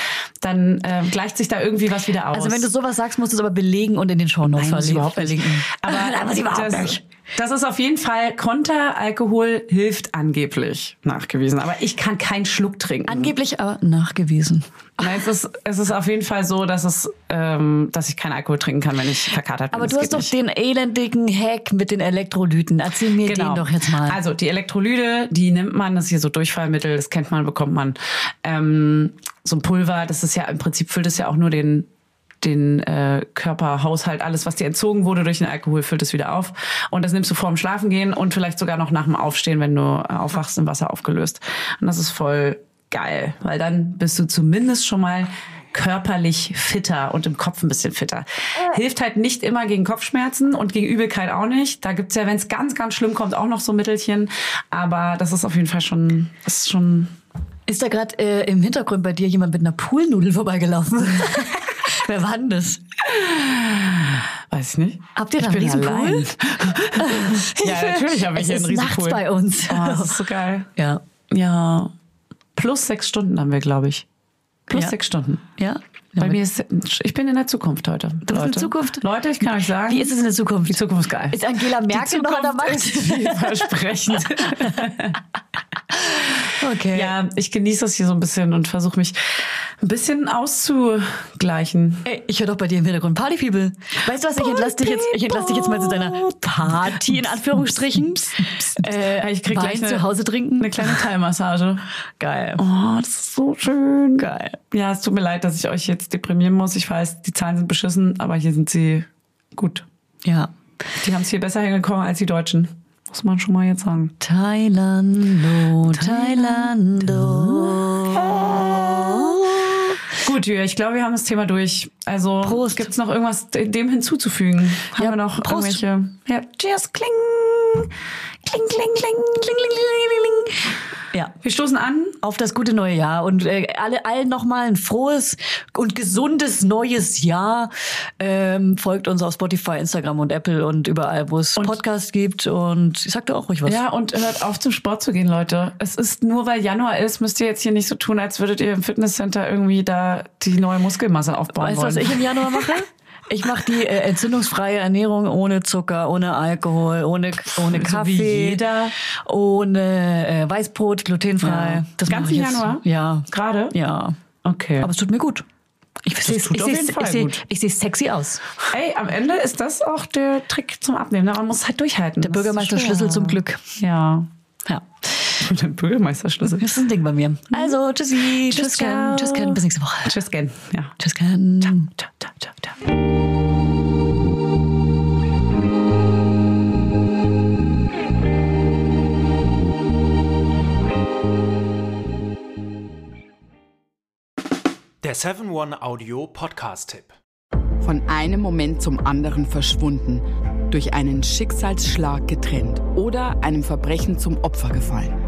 Speaker 2: dann äh, gleicht sich da irgendwie was wieder aus.
Speaker 1: also wenn du sowas sagst, musst du es aber belegen und in den Shownotes
Speaker 2: Nein, muss ich
Speaker 1: verlin-
Speaker 2: überhaupt nicht.
Speaker 1: verlinken.
Speaker 2: [laughs]
Speaker 1: [laughs]
Speaker 2: Aber
Speaker 1: Nein, muss ich überhaupt
Speaker 2: das,
Speaker 1: nicht.
Speaker 2: das ist auf jeden Fall Konter. Alkohol hilft angeblich nachgewiesen. Aber ich kann keinen Schluck trinken.
Speaker 1: Angeblich aber nachgewiesen.
Speaker 2: Nein, es ist, es ist auf jeden Fall so, dass es, ähm, dass ich keinen Alkohol trinken kann, wenn ich verkatert bin.
Speaker 1: Aber
Speaker 2: Das
Speaker 1: du hast
Speaker 2: geht
Speaker 1: doch
Speaker 2: nicht.
Speaker 1: den elendigen Hack mit den Elektrolyten. Erzähl mir den doch jetzt mal.
Speaker 2: Also die Elektrolyte, die nimmt man, das ist hier so Durchfallmittel, das kennt man, bekommt man. Ähm, so ein Pulver, das ist ja im Prinzip füllt es ja auch nur den den äh, Körperhaushalt, alles, was dir entzogen wurde durch den Alkohol, füllt es wieder auf. Und das nimmst du vor dem Schlafengehen und vielleicht sogar noch nach dem Aufstehen, wenn du äh, aufwachst, im Wasser aufgelöst. Und das ist voll geil, weil dann bist du zumindest schon mal körperlich fitter und im Kopf ein bisschen fitter. Hilft halt nicht immer gegen Kopfschmerzen und gegen Übelkeit auch nicht. Da gibt's ja, wenn es ganz, ganz schlimm kommt, auch noch so Mittelchen. Aber das ist auf jeden Fall schon, das ist schon.
Speaker 1: Ist da gerade äh, im Hintergrund bei dir jemand mit einer Poolnudel
Speaker 2: [laughs]
Speaker 1: vorbeigelaufen? Wer war denn das?
Speaker 2: Weiß ich nicht.
Speaker 1: Habt ihr da
Speaker 2: ich
Speaker 1: einen
Speaker 2: bin
Speaker 1: Riesenpool? [laughs]
Speaker 2: allein. ja, natürlich habe ich
Speaker 1: es
Speaker 2: hier einen
Speaker 1: ist nachts
Speaker 2: Riesenpool.
Speaker 1: bei uns.
Speaker 2: Oh, das ist so geil.
Speaker 1: [laughs] ja.
Speaker 2: Ja. Plus sechs Stunden haben wir, glaube ich. Plus
Speaker 1: Ja.
Speaker 2: sechs Stunden.
Speaker 1: Ja.
Speaker 2: Bei mir ist, ich bin in der Zukunft heute.
Speaker 1: Du bist in
Speaker 2: Leute.
Speaker 1: Zukunft?
Speaker 2: Leute, ich kann euch sagen.
Speaker 1: Wie ist es in der Zukunft?
Speaker 2: Die Zukunft ist geil.
Speaker 1: Ist Angela Merkel noch an der Macht?
Speaker 2: Ist [laughs] vielversprechend.
Speaker 1: [laughs] Okay.
Speaker 2: [laughs] ja, ich genieße das hier so ein bisschen und versuche mich ein bisschen auszugleichen.
Speaker 1: Ey, ich höre doch bei dir im Hintergrund Party People. Weißt du was? Ich entlasse dich jetzt, ich entlasse dich jetzt mal zu deiner Party in Anführungsstrichen.
Speaker 2: Äh, ich krieg
Speaker 1: Wein
Speaker 2: gleich eine,
Speaker 1: zu Hause trinken.
Speaker 2: eine kleine Teilmassage.
Speaker 1: Geil.
Speaker 2: Oh, das ist so schön. Geil. Ja, es tut mir leid, dass ich euch jetzt deprimieren muss. Ich weiß, die Zahlen sind beschissen, aber hier sind sie gut.
Speaker 1: Ja.
Speaker 2: Die haben es viel besser hingekommen als die Deutschen. Muss man schon mal jetzt sagen.
Speaker 1: Thailando, Thailando.
Speaker 2: Gut, Jür, ich glaube, wir haben das Thema durch. Also
Speaker 1: Prost.
Speaker 2: gibt's noch irgendwas dem hinzuzufügen? Haben
Speaker 1: Ja,
Speaker 2: wir noch
Speaker 1: Prost.
Speaker 2: irgendwelche? Ja, cheers, kling. Kling, kling, kling, kling, kling, kling, kling.
Speaker 1: Ja.
Speaker 2: Wir stoßen an.
Speaker 1: Auf das gute neue Jahr und äh, alle allen nochmal ein frohes und gesundes neues Jahr. Ähm, folgt uns auf Spotify, Instagram und Apple und überall, wo es Podcasts gibt. Und ich sag dir auch ruhig was.
Speaker 2: Ja, und hört auf, zum Sport zu gehen, Leute. Es ist nur, weil Januar ist, müsst ihr jetzt hier nicht so tun, als würdet ihr im Fitnesscenter irgendwie da die neue Muskelmasse aufbauen
Speaker 1: Weißt du,
Speaker 2: wollen.
Speaker 1: was ich im Januar mache? [laughs] Ich mache die äh, entzündungsfreie Ernährung ohne Zucker, ohne Alkohol, ohne, ohne
Speaker 2: wie
Speaker 1: Kaffee,
Speaker 2: jeder.
Speaker 1: ohne äh, Weißbrot, glutenfrei.
Speaker 2: Ja.
Speaker 1: Das
Speaker 2: Ganzen
Speaker 1: mache ich jetzt.
Speaker 2: Januar?
Speaker 1: Ja.
Speaker 2: Gerade?
Speaker 1: Ja.
Speaker 2: Okay.
Speaker 1: Aber es tut mir gut. Ich sehe
Speaker 2: tut auf jeden Fall gut.
Speaker 1: ich seh sexy aus.
Speaker 2: Ey, am Ende ist das auch der Trick zum Abnehmen. ne? Man muss halt durchhalten.
Speaker 1: Der Bürgermeisterschlüssel zum Glück.
Speaker 2: Ja. [laughs]
Speaker 1: Ja.
Speaker 2: Der Bürgermeisterschlüssel.
Speaker 1: Das ist ein Ding bei mir. Also, tschüssi. Tschüss, Ken.
Speaker 2: ciao.
Speaker 1: Tschüss, Ken. Bis nächste Woche.
Speaker 2: Tschüss, Gen. Ja.
Speaker 1: Tschüss, Ken.
Speaker 2: Ciao, ciao, ciao, ciao.
Speaker 3: Der 7-One-Audio-Podcast-Tipp.
Speaker 4: Von einem Moment zum anderen verschwunden, durch einen Schicksalsschlag getrennt oder einem Verbrechen zum Opfer gefallen.